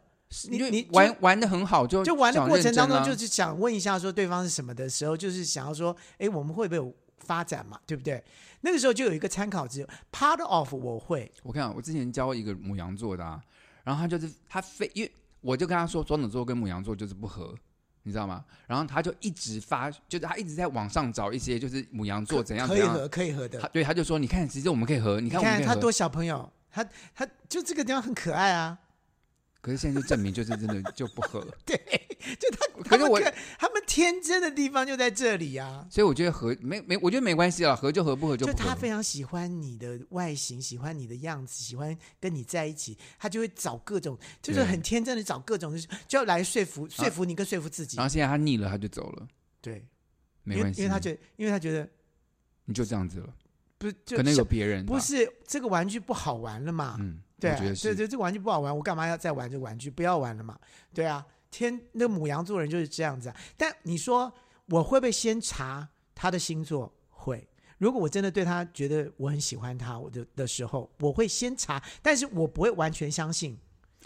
[SPEAKER 1] 你
[SPEAKER 2] 因为
[SPEAKER 1] 你就
[SPEAKER 2] 玩玩的很好就
[SPEAKER 1] 就玩的
[SPEAKER 2] 想
[SPEAKER 1] 过
[SPEAKER 2] 认
[SPEAKER 1] 程当
[SPEAKER 2] 真
[SPEAKER 1] 中
[SPEAKER 2] 啊
[SPEAKER 1] 就是想问一下说对方是什么的时候，就是想要说，哎，我们会不会有发展嘛？对不对？那个时候就有一个参考值，part of 我会，
[SPEAKER 2] 我看我之前教一个母羊座的、啊，然后他就是他非因为我就跟他说双子座跟母羊座就是不合，你知道吗？然后他就一直发，就是他一直在网上找一些就是母羊座怎样
[SPEAKER 1] 可
[SPEAKER 2] 怎
[SPEAKER 1] 以
[SPEAKER 2] 样
[SPEAKER 1] 合，可以合的
[SPEAKER 2] 他。对，他就说：“你看，其实我们可以合，你
[SPEAKER 1] 你
[SPEAKER 2] 看我们可以合。
[SPEAKER 1] 他多小朋友，他他就这个地方很可爱啊。
[SPEAKER 2] 可是现在就证明，就是真的就不合。
[SPEAKER 1] 就他，
[SPEAKER 2] 可
[SPEAKER 1] 他
[SPEAKER 2] 是
[SPEAKER 1] 们
[SPEAKER 2] 我
[SPEAKER 1] 可他们天真的地方就在这里啊。
[SPEAKER 2] 所以我觉得合没没，我觉得没关系了，合就合，不合就
[SPEAKER 1] 就
[SPEAKER 2] 不合。
[SPEAKER 1] 他非常喜欢你的外形，喜欢你的样子，喜欢跟你在一起，他就会找各种，就是
[SPEAKER 2] 对啊
[SPEAKER 1] 很天真的找各种，就要来说服说服你跟说服自己
[SPEAKER 2] 然。后现在他腻了，他就走了，
[SPEAKER 1] 对，
[SPEAKER 2] 没
[SPEAKER 1] 因为
[SPEAKER 2] 关系。
[SPEAKER 1] 因为他觉得，因为他觉得
[SPEAKER 2] 你就这样子了，
[SPEAKER 1] 不是，就
[SPEAKER 2] 可能有
[SPEAKER 1] 像
[SPEAKER 2] 别人吧
[SPEAKER 1] 不是这个玩具不好玩了嘛？
[SPEAKER 2] 嗯，
[SPEAKER 1] 对
[SPEAKER 2] 我
[SPEAKER 1] 啊，
[SPEAKER 2] 觉得
[SPEAKER 1] 对
[SPEAKER 2] 是。
[SPEAKER 1] 对，这个玩具不好玩，我干嘛要再玩这个玩具？不要玩了嘛。对啊，天，那母羊座人就是这样子、啊。但你说我会不会先查他的星座？会。如果我真的对他觉得我很喜欢他，我的的时候，我会先查，但是我不会完全相信。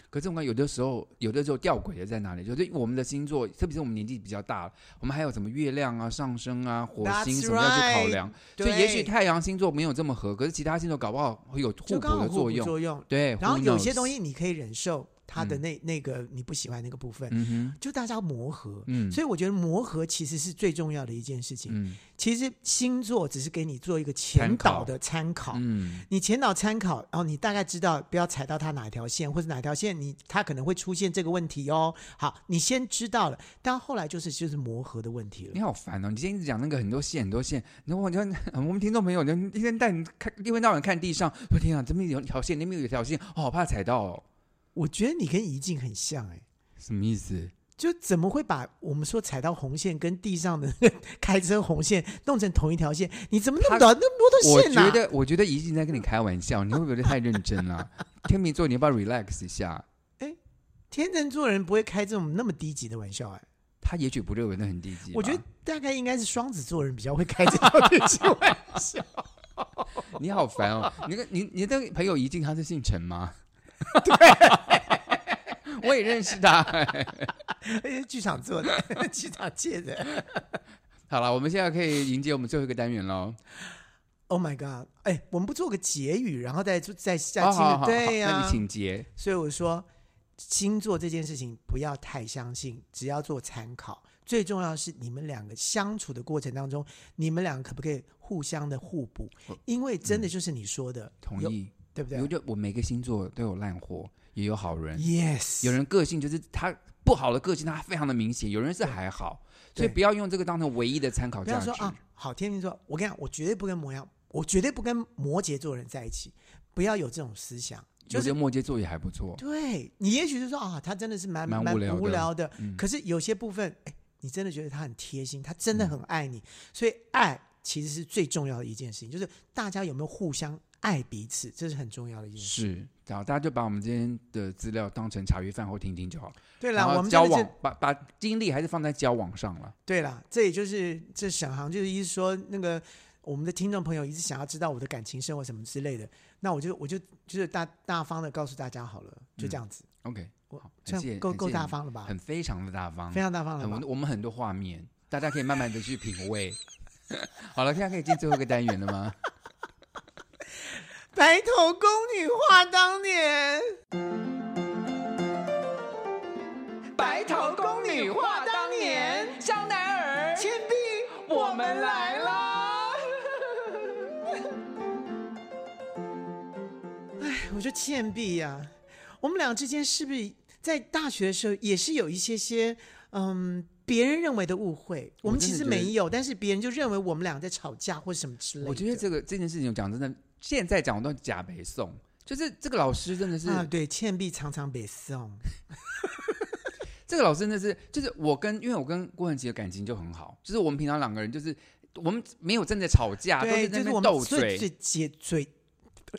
[SPEAKER 2] 可是我看有的时候，有的时候吊诡的在哪里？就是我们的星座，特别是我们年纪比较大了，我们还有什么月亮啊、上升啊、火
[SPEAKER 1] That's
[SPEAKER 2] 星什么要去考
[SPEAKER 1] right，
[SPEAKER 2] 量。所以也许
[SPEAKER 1] 对
[SPEAKER 2] 太阳星座没有这么合，可是其他星座搞不好会有互
[SPEAKER 1] 就
[SPEAKER 2] 补
[SPEAKER 1] 刚好
[SPEAKER 2] 的
[SPEAKER 1] 互
[SPEAKER 2] 作
[SPEAKER 1] 补
[SPEAKER 2] 用。
[SPEAKER 1] 作用。
[SPEAKER 2] 对，
[SPEAKER 1] 然后
[SPEAKER 2] who
[SPEAKER 1] 有些东
[SPEAKER 2] knows，
[SPEAKER 1] 西你可以忍受它的那、那个你不喜欢那个部分，
[SPEAKER 2] 嗯哼，
[SPEAKER 1] 就大家磨合。
[SPEAKER 2] 嗯，
[SPEAKER 1] 所
[SPEAKER 2] 以
[SPEAKER 1] 以我觉得磨合其实是最重要的一件事情。
[SPEAKER 2] 嗯
[SPEAKER 1] 其实星座只是给你做一个前导的参考，
[SPEAKER 2] 嗯
[SPEAKER 1] 你前导参考，然后你大概知道不要踩到它哪一条线，或者哪条线你它可能会出现这个问题哦。好，你先知道了，但后来就是就是磨合的问题
[SPEAKER 2] 你
[SPEAKER 1] 了。
[SPEAKER 2] 好烦哦！你今天一直讲那个很多线很多线，然后我就我们听众朋友就一天带你看，一天到晚看地上，我天啊，这边有一条线，那边有一条线，哦好怕踩到哦，
[SPEAKER 1] 我觉得你跟怡静很像哎、
[SPEAKER 2] 什么意思？
[SPEAKER 1] 就怎么会把我们说踩到红线跟地上的那个 开车红线弄成同一条线？你怎么弄到那么多
[SPEAKER 2] 我
[SPEAKER 1] 的线呢、
[SPEAKER 2] 觉得，我觉得怡静在跟你开玩笑，你会不会太认真了、天秤座，你要不要 relax 一下？
[SPEAKER 1] 天秤座人不会开这种那么低级的玩笑哎、
[SPEAKER 2] 他也许不认为那很低级吧。
[SPEAKER 1] 我觉得大概应该是双子座人比较会开这种 低级玩笑。
[SPEAKER 2] 你好烦哦！你跟你你的朋友怡静，他是姓 陈吗？对， 我也认识他。
[SPEAKER 1] 而且 剧场做的， 剧场界的。
[SPEAKER 2] 好了，我们现在可以迎接我们最后一个单元喽。
[SPEAKER 1] Oh my god！哎，我们不做个结语，然后再再再下
[SPEAKER 2] 哦
[SPEAKER 1] 进入、
[SPEAKER 2] 好好好，
[SPEAKER 1] 对呀、
[SPEAKER 2] 那你请结。
[SPEAKER 1] 所以我说，星座这件事情不要太相信，只要做参考。最重要的是你们两个相处的过程当中，你们两个可不可以互相的互补
[SPEAKER 2] 我？嗯
[SPEAKER 1] 因为真的就是你说的，
[SPEAKER 2] 同
[SPEAKER 1] 有，
[SPEAKER 2] 意。
[SPEAKER 1] 对不
[SPEAKER 2] 我
[SPEAKER 1] 对
[SPEAKER 2] 觉得我每个星座都有烂货，也有好人。
[SPEAKER 1] ？Yes，
[SPEAKER 2] 有人个性就是他不好的个性，他非常的明显；有人是还好，
[SPEAKER 1] 对
[SPEAKER 2] 所以不要用这个当成唯一的参考
[SPEAKER 1] 不要
[SPEAKER 2] 价
[SPEAKER 1] 说
[SPEAKER 2] 值。
[SPEAKER 1] 啊，好天秤座，我跟你讲，我绝对不跟摩羊，我绝对不跟摩羯座人在一起，不要有这种思想，就
[SPEAKER 2] 有
[SPEAKER 1] 是
[SPEAKER 2] 些摩羯座也还不错。
[SPEAKER 1] 对你也许就说啊，他真的是蛮
[SPEAKER 2] 蛮
[SPEAKER 1] 蛮
[SPEAKER 2] 无聊的
[SPEAKER 1] 无聊的，
[SPEAKER 2] 嗯
[SPEAKER 1] 可是有些部分，哎，你真的觉得他很贴心，他真的很爱你，所以爱其实是最重要的一件事情，就是大家有没有互相爱彼此，这是很重要的一件事。
[SPEAKER 2] 是，然后大家就把我们今天的资料当成茶余饭后听听就好。
[SPEAKER 1] 对
[SPEAKER 2] 然
[SPEAKER 1] 啦，我
[SPEAKER 2] 后
[SPEAKER 1] 们
[SPEAKER 2] 交
[SPEAKER 1] 真的
[SPEAKER 2] 往
[SPEAKER 1] 是
[SPEAKER 2] 把把精力还是放在交往上了。
[SPEAKER 1] 对啦，这也就是这沈航就是一直说那个。我们的听众朋友一直想要知道我的感情生活什么之类的，那我就我就就是大大方的告诉大家好了，就这样子，
[SPEAKER 2] OK，
[SPEAKER 1] 我
[SPEAKER 2] 嗯好，
[SPEAKER 1] 这
[SPEAKER 2] 很
[SPEAKER 1] 样
[SPEAKER 2] 谢，
[SPEAKER 1] 够
[SPEAKER 2] 很
[SPEAKER 1] 够
[SPEAKER 2] 谢
[SPEAKER 1] 大
[SPEAKER 2] 你，
[SPEAKER 1] 方了吧？
[SPEAKER 2] 很非常的大方，
[SPEAKER 1] 非常大方了
[SPEAKER 2] 很
[SPEAKER 1] 吧
[SPEAKER 2] 我？我们很多画面，大家可以慢慢的去品味。 好了，现在可以进最后一个单元了吗？
[SPEAKER 1] 白头宫女话当年。
[SPEAKER 5] 白头宫女话当年，香奈儿、倩碧，我们来 啦！
[SPEAKER 1] 哎我说倩碧呀、我们俩之间是不是在大学的时候也是有一些些嗯别人认为的误会？我
[SPEAKER 2] 我
[SPEAKER 1] 们
[SPEAKER 2] 真
[SPEAKER 1] 其
[SPEAKER 2] 的
[SPEAKER 1] 实
[SPEAKER 2] 觉得
[SPEAKER 1] 没有，但是别人就认为我们俩在吵架或什么之类的。
[SPEAKER 2] 我觉得这个这件事情讲真的，现在讲我都假北宋，就是这个老师真的是，
[SPEAKER 1] 啊，对，倩碧常常被送，
[SPEAKER 2] 这个老师真的是，就是我跟因为我跟郭恒琪的感情就很好，就是我们平常两个人就是我们没有真的吵架，都
[SPEAKER 1] 对，
[SPEAKER 2] 在
[SPEAKER 1] 就
[SPEAKER 2] 那
[SPEAKER 1] 是我
[SPEAKER 2] 边
[SPEAKER 1] 们
[SPEAKER 2] 斗
[SPEAKER 1] 最
[SPEAKER 2] 嘴，
[SPEAKER 1] 最嘴嘴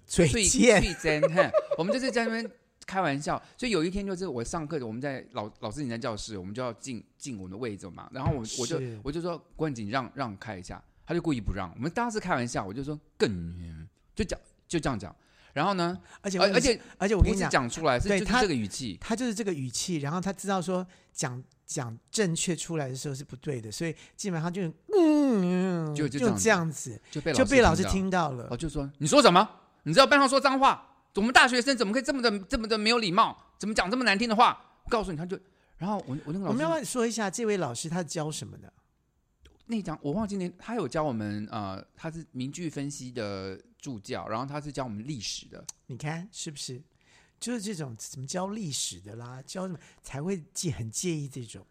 [SPEAKER 1] 嘴
[SPEAKER 2] 最
[SPEAKER 1] 贱，
[SPEAKER 2] 最 真哈，我们就是在那边开玩笑。所以有一天就是我上课，我们在老老师你在教室，我们就要进进我们的位置嘛。然后我我就是我就说关景让让开一下，他就故意不让。我们当时开玩笑，我就说更嗯就讲就这样讲。然后呢，
[SPEAKER 1] 而且
[SPEAKER 2] 而而
[SPEAKER 1] 而
[SPEAKER 2] 且
[SPEAKER 1] 而且我
[SPEAKER 2] 不
[SPEAKER 1] 跟你
[SPEAKER 2] 是
[SPEAKER 1] 讲，
[SPEAKER 2] 讲出来，是
[SPEAKER 1] 对
[SPEAKER 2] 就是
[SPEAKER 1] 他
[SPEAKER 2] 这个语气。
[SPEAKER 1] 他就是这个语气，然后他知道说讲讲正确出来的时候是不对的，所以基本上就嗯，
[SPEAKER 2] 就就这样
[SPEAKER 1] 这样子，
[SPEAKER 2] 就被
[SPEAKER 1] 就被老师
[SPEAKER 2] 到哦
[SPEAKER 1] 听到了
[SPEAKER 2] 我。就说你说什么？你知道班上说脏话，我们大学生怎么可以这么的这么的没有礼貌？怎么讲这么难听的话？我告诉你，他就，然后我我那个
[SPEAKER 1] 我
[SPEAKER 2] 老
[SPEAKER 1] 们
[SPEAKER 2] 师
[SPEAKER 1] 要不要说一下这位老师他教什么的？
[SPEAKER 2] 那讲我忘记那他有教我们呃，他是名句分析的助教，然后他是教我们历史的，
[SPEAKER 1] 你看是不是？就是这种什么教历史的啦，教什么才会介很介意这种。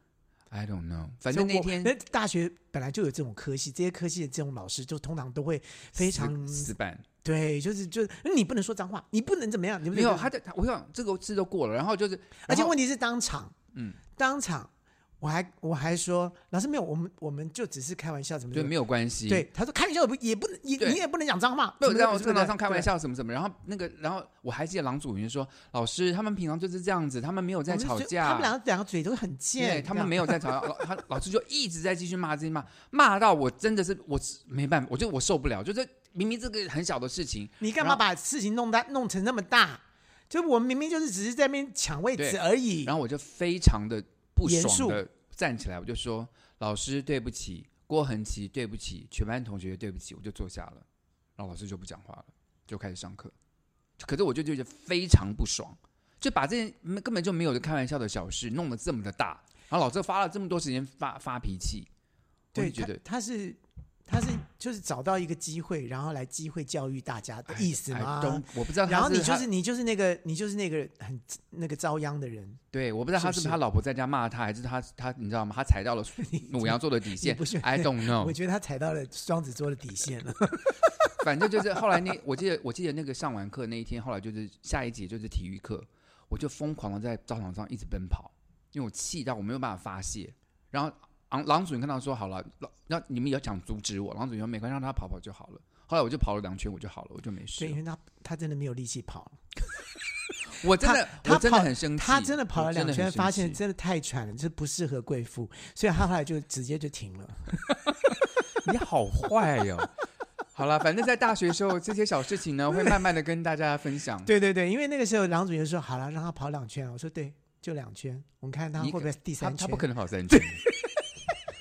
[SPEAKER 2] I don't know，反正
[SPEAKER 1] 所以
[SPEAKER 2] 那
[SPEAKER 1] 我
[SPEAKER 2] 天
[SPEAKER 1] 那大学本来就有这种科系，这些科系的这种老师就通常都会非常
[SPEAKER 2] 死死板，
[SPEAKER 1] 对，就是就是你不能说脏话，你不能怎么样，你不能
[SPEAKER 2] 没有
[SPEAKER 1] 怎么
[SPEAKER 2] 他在，他我想这个事都过了，然后就是，
[SPEAKER 1] 而且
[SPEAKER 2] 然后
[SPEAKER 1] 问题是当场，
[SPEAKER 2] 嗯，
[SPEAKER 1] 当场我还我还说老师没有，我们我们就只是开玩笑，怎么
[SPEAKER 2] 对
[SPEAKER 1] 怎么
[SPEAKER 2] 没有关系，
[SPEAKER 1] 对，他说开玩笑也不也不能也
[SPEAKER 2] 对
[SPEAKER 1] 你也不能讲脏话，
[SPEAKER 2] 没有在
[SPEAKER 1] 让
[SPEAKER 2] 我课堂上开玩。
[SPEAKER 1] 对
[SPEAKER 2] 笑什么什么，然后那个，然后我还记得郎祖云说，老师他们平常就是这样子，他们没有在
[SPEAKER 1] 我们就
[SPEAKER 2] 吵
[SPEAKER 1] 觉得
[SPEAKER 2] 架，
[SPEAKER 1] 他们两个两个嘴都很
[SPEAKER 2] 对，
[SPEAKER 1] 贱，
[SPEAKER 2] 他
[SPEAKER 1] 这
[SPEAKER 2] 们
[SPEAKER 1] 样
[SPEAKER 2] 没有在吵架，老 他老师就一直在继续骂，继续骂，骂到我真的是我是没办法，我就我受不了，就是明明这个很小的事情，
[SPEAKER 1] 你干
[SPEAKER 2] 然
[SPEAKER 1] 嘛
[SPEAKER 2] 后
[SPEAKER 1] 把事情弄大弄成那么大？就我们明明就是只是在那边抢位置
[SPEAKER 2] 对
[SPEAKER 1] 而已。
[SPEAKER 2] 然后我就非常的不
[SPEAKER 1] 严
[SPEAKER 2] 爽
[SPEAKER 1] 肃
[SPEAKER 2] 的站起来，我就说：“老师，对不起，郭恒琪，对不起，全班同学，对不起。”我就坐下了，然后老师就不讲话了，就开始上课。可是我就觉得非常不爽，就把这件嗯根本就没有的开玩笑的小事弄得这么的大，然后老师花了这么多时间发发脾气，我
[SPEAKER 1] 对，
[SPEAKER 2] 就觉得
[SPEAKER 1] 他他是他是就是找到一个机会，然后来机会教育大家的意思
[SPEAKER 2] 哎 I
[SPEAKER 1] 吗？
[SPEAKER 2] don't- 我不知道他
[SPEAKER 1] 然后你就
[SPEAKER 2] 他
[SPEAKER 1] 是你就是那个你就是那个很那个遭殃的人，
[SPEAKER 2] 对，我不知道他
[SPEAKER 1] 是
[SPEAKER 2] 是
[SPEAKER 1] 不是
[SPEAKER 2] 不是他老婆在家骂他，还是他他你知道吗？他踩 到了母羊座的底线
[SPEAKER 1] 不是。
[SPEAKER 2] I don't
[SPEAKER 1] 我
[SPEAKER 2] know。
[SPEAKER 1] 觉得他踩到了双子座的底 线了。
[SPEAKER 2] 反正就是后来那我记得我记得那个上完课那一天，后来就是下一节就是体育课，我就疯狂的在操场上一直奔跑，因为我气到我没有办法发泄。然后郎郎主任看到说好了，老那你们也想阻止我，郎主任说没关系，让他跑跑就好了。后来我就跑了两圈，我就好了，我就没事
[SPEAKER 1] 对，因
[SPEAKER 2] 了。
[SPEAKER 1] 为他他真的没有力气跑，
[SPEAKER 2] 我真的，
[SPEAKER 1] 他
[SPEAKER 2] 我真的
[SPEAKER 1] 跑
[SPEAKER 2] 很生气，
[SPEAKER 1] 他真的跑
[SPEAKER 2] 我
[SPEAKER 1] 了两
[SPEAKER 2] 很
[SPEAKER 1] 圈，
[SPEAKER 2] 生
[SPEAKER 1] 发现
[SPEAKER 2] 气
[SPEAKER 1] 真的太喘了，这不适合贵妇，所以他后来就直接就停 了。
[SPEAKER 2] 你好坏哟、好了，反正在大学时候这些小事情呢，会慢慢的跟大家分享。
[SPEAKER 1] 对对对，因为那个时候郎主任说好了，让他跑两圈，啊我说对，就两圈，我们看他
[SPEAKER 2] 你
[SPEAKER 1] 会不会第
[SPEAKER 2] 他
[SPEAKER 1] 三圈。
[SPEAKER 2] 他不可能跑三圈，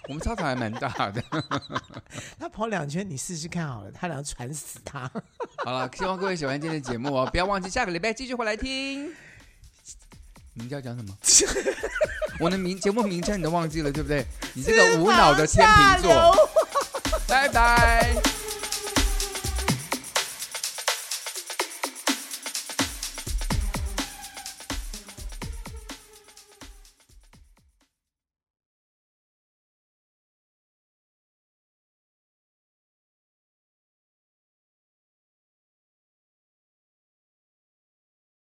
[SPEAKER 2] 我们操场还蛮大的。
[SPEAKER 1] 他跑两圈，你试试看好了，他俩传死他。
[SPEAKER 2] 好了，希望各位喜欢今天的节目哦，不要忘记下个礼拜继续回来听。你要讲什么？我的名节目名称你都忘记了，对不对？你这个无脑的天秤座，拜拜。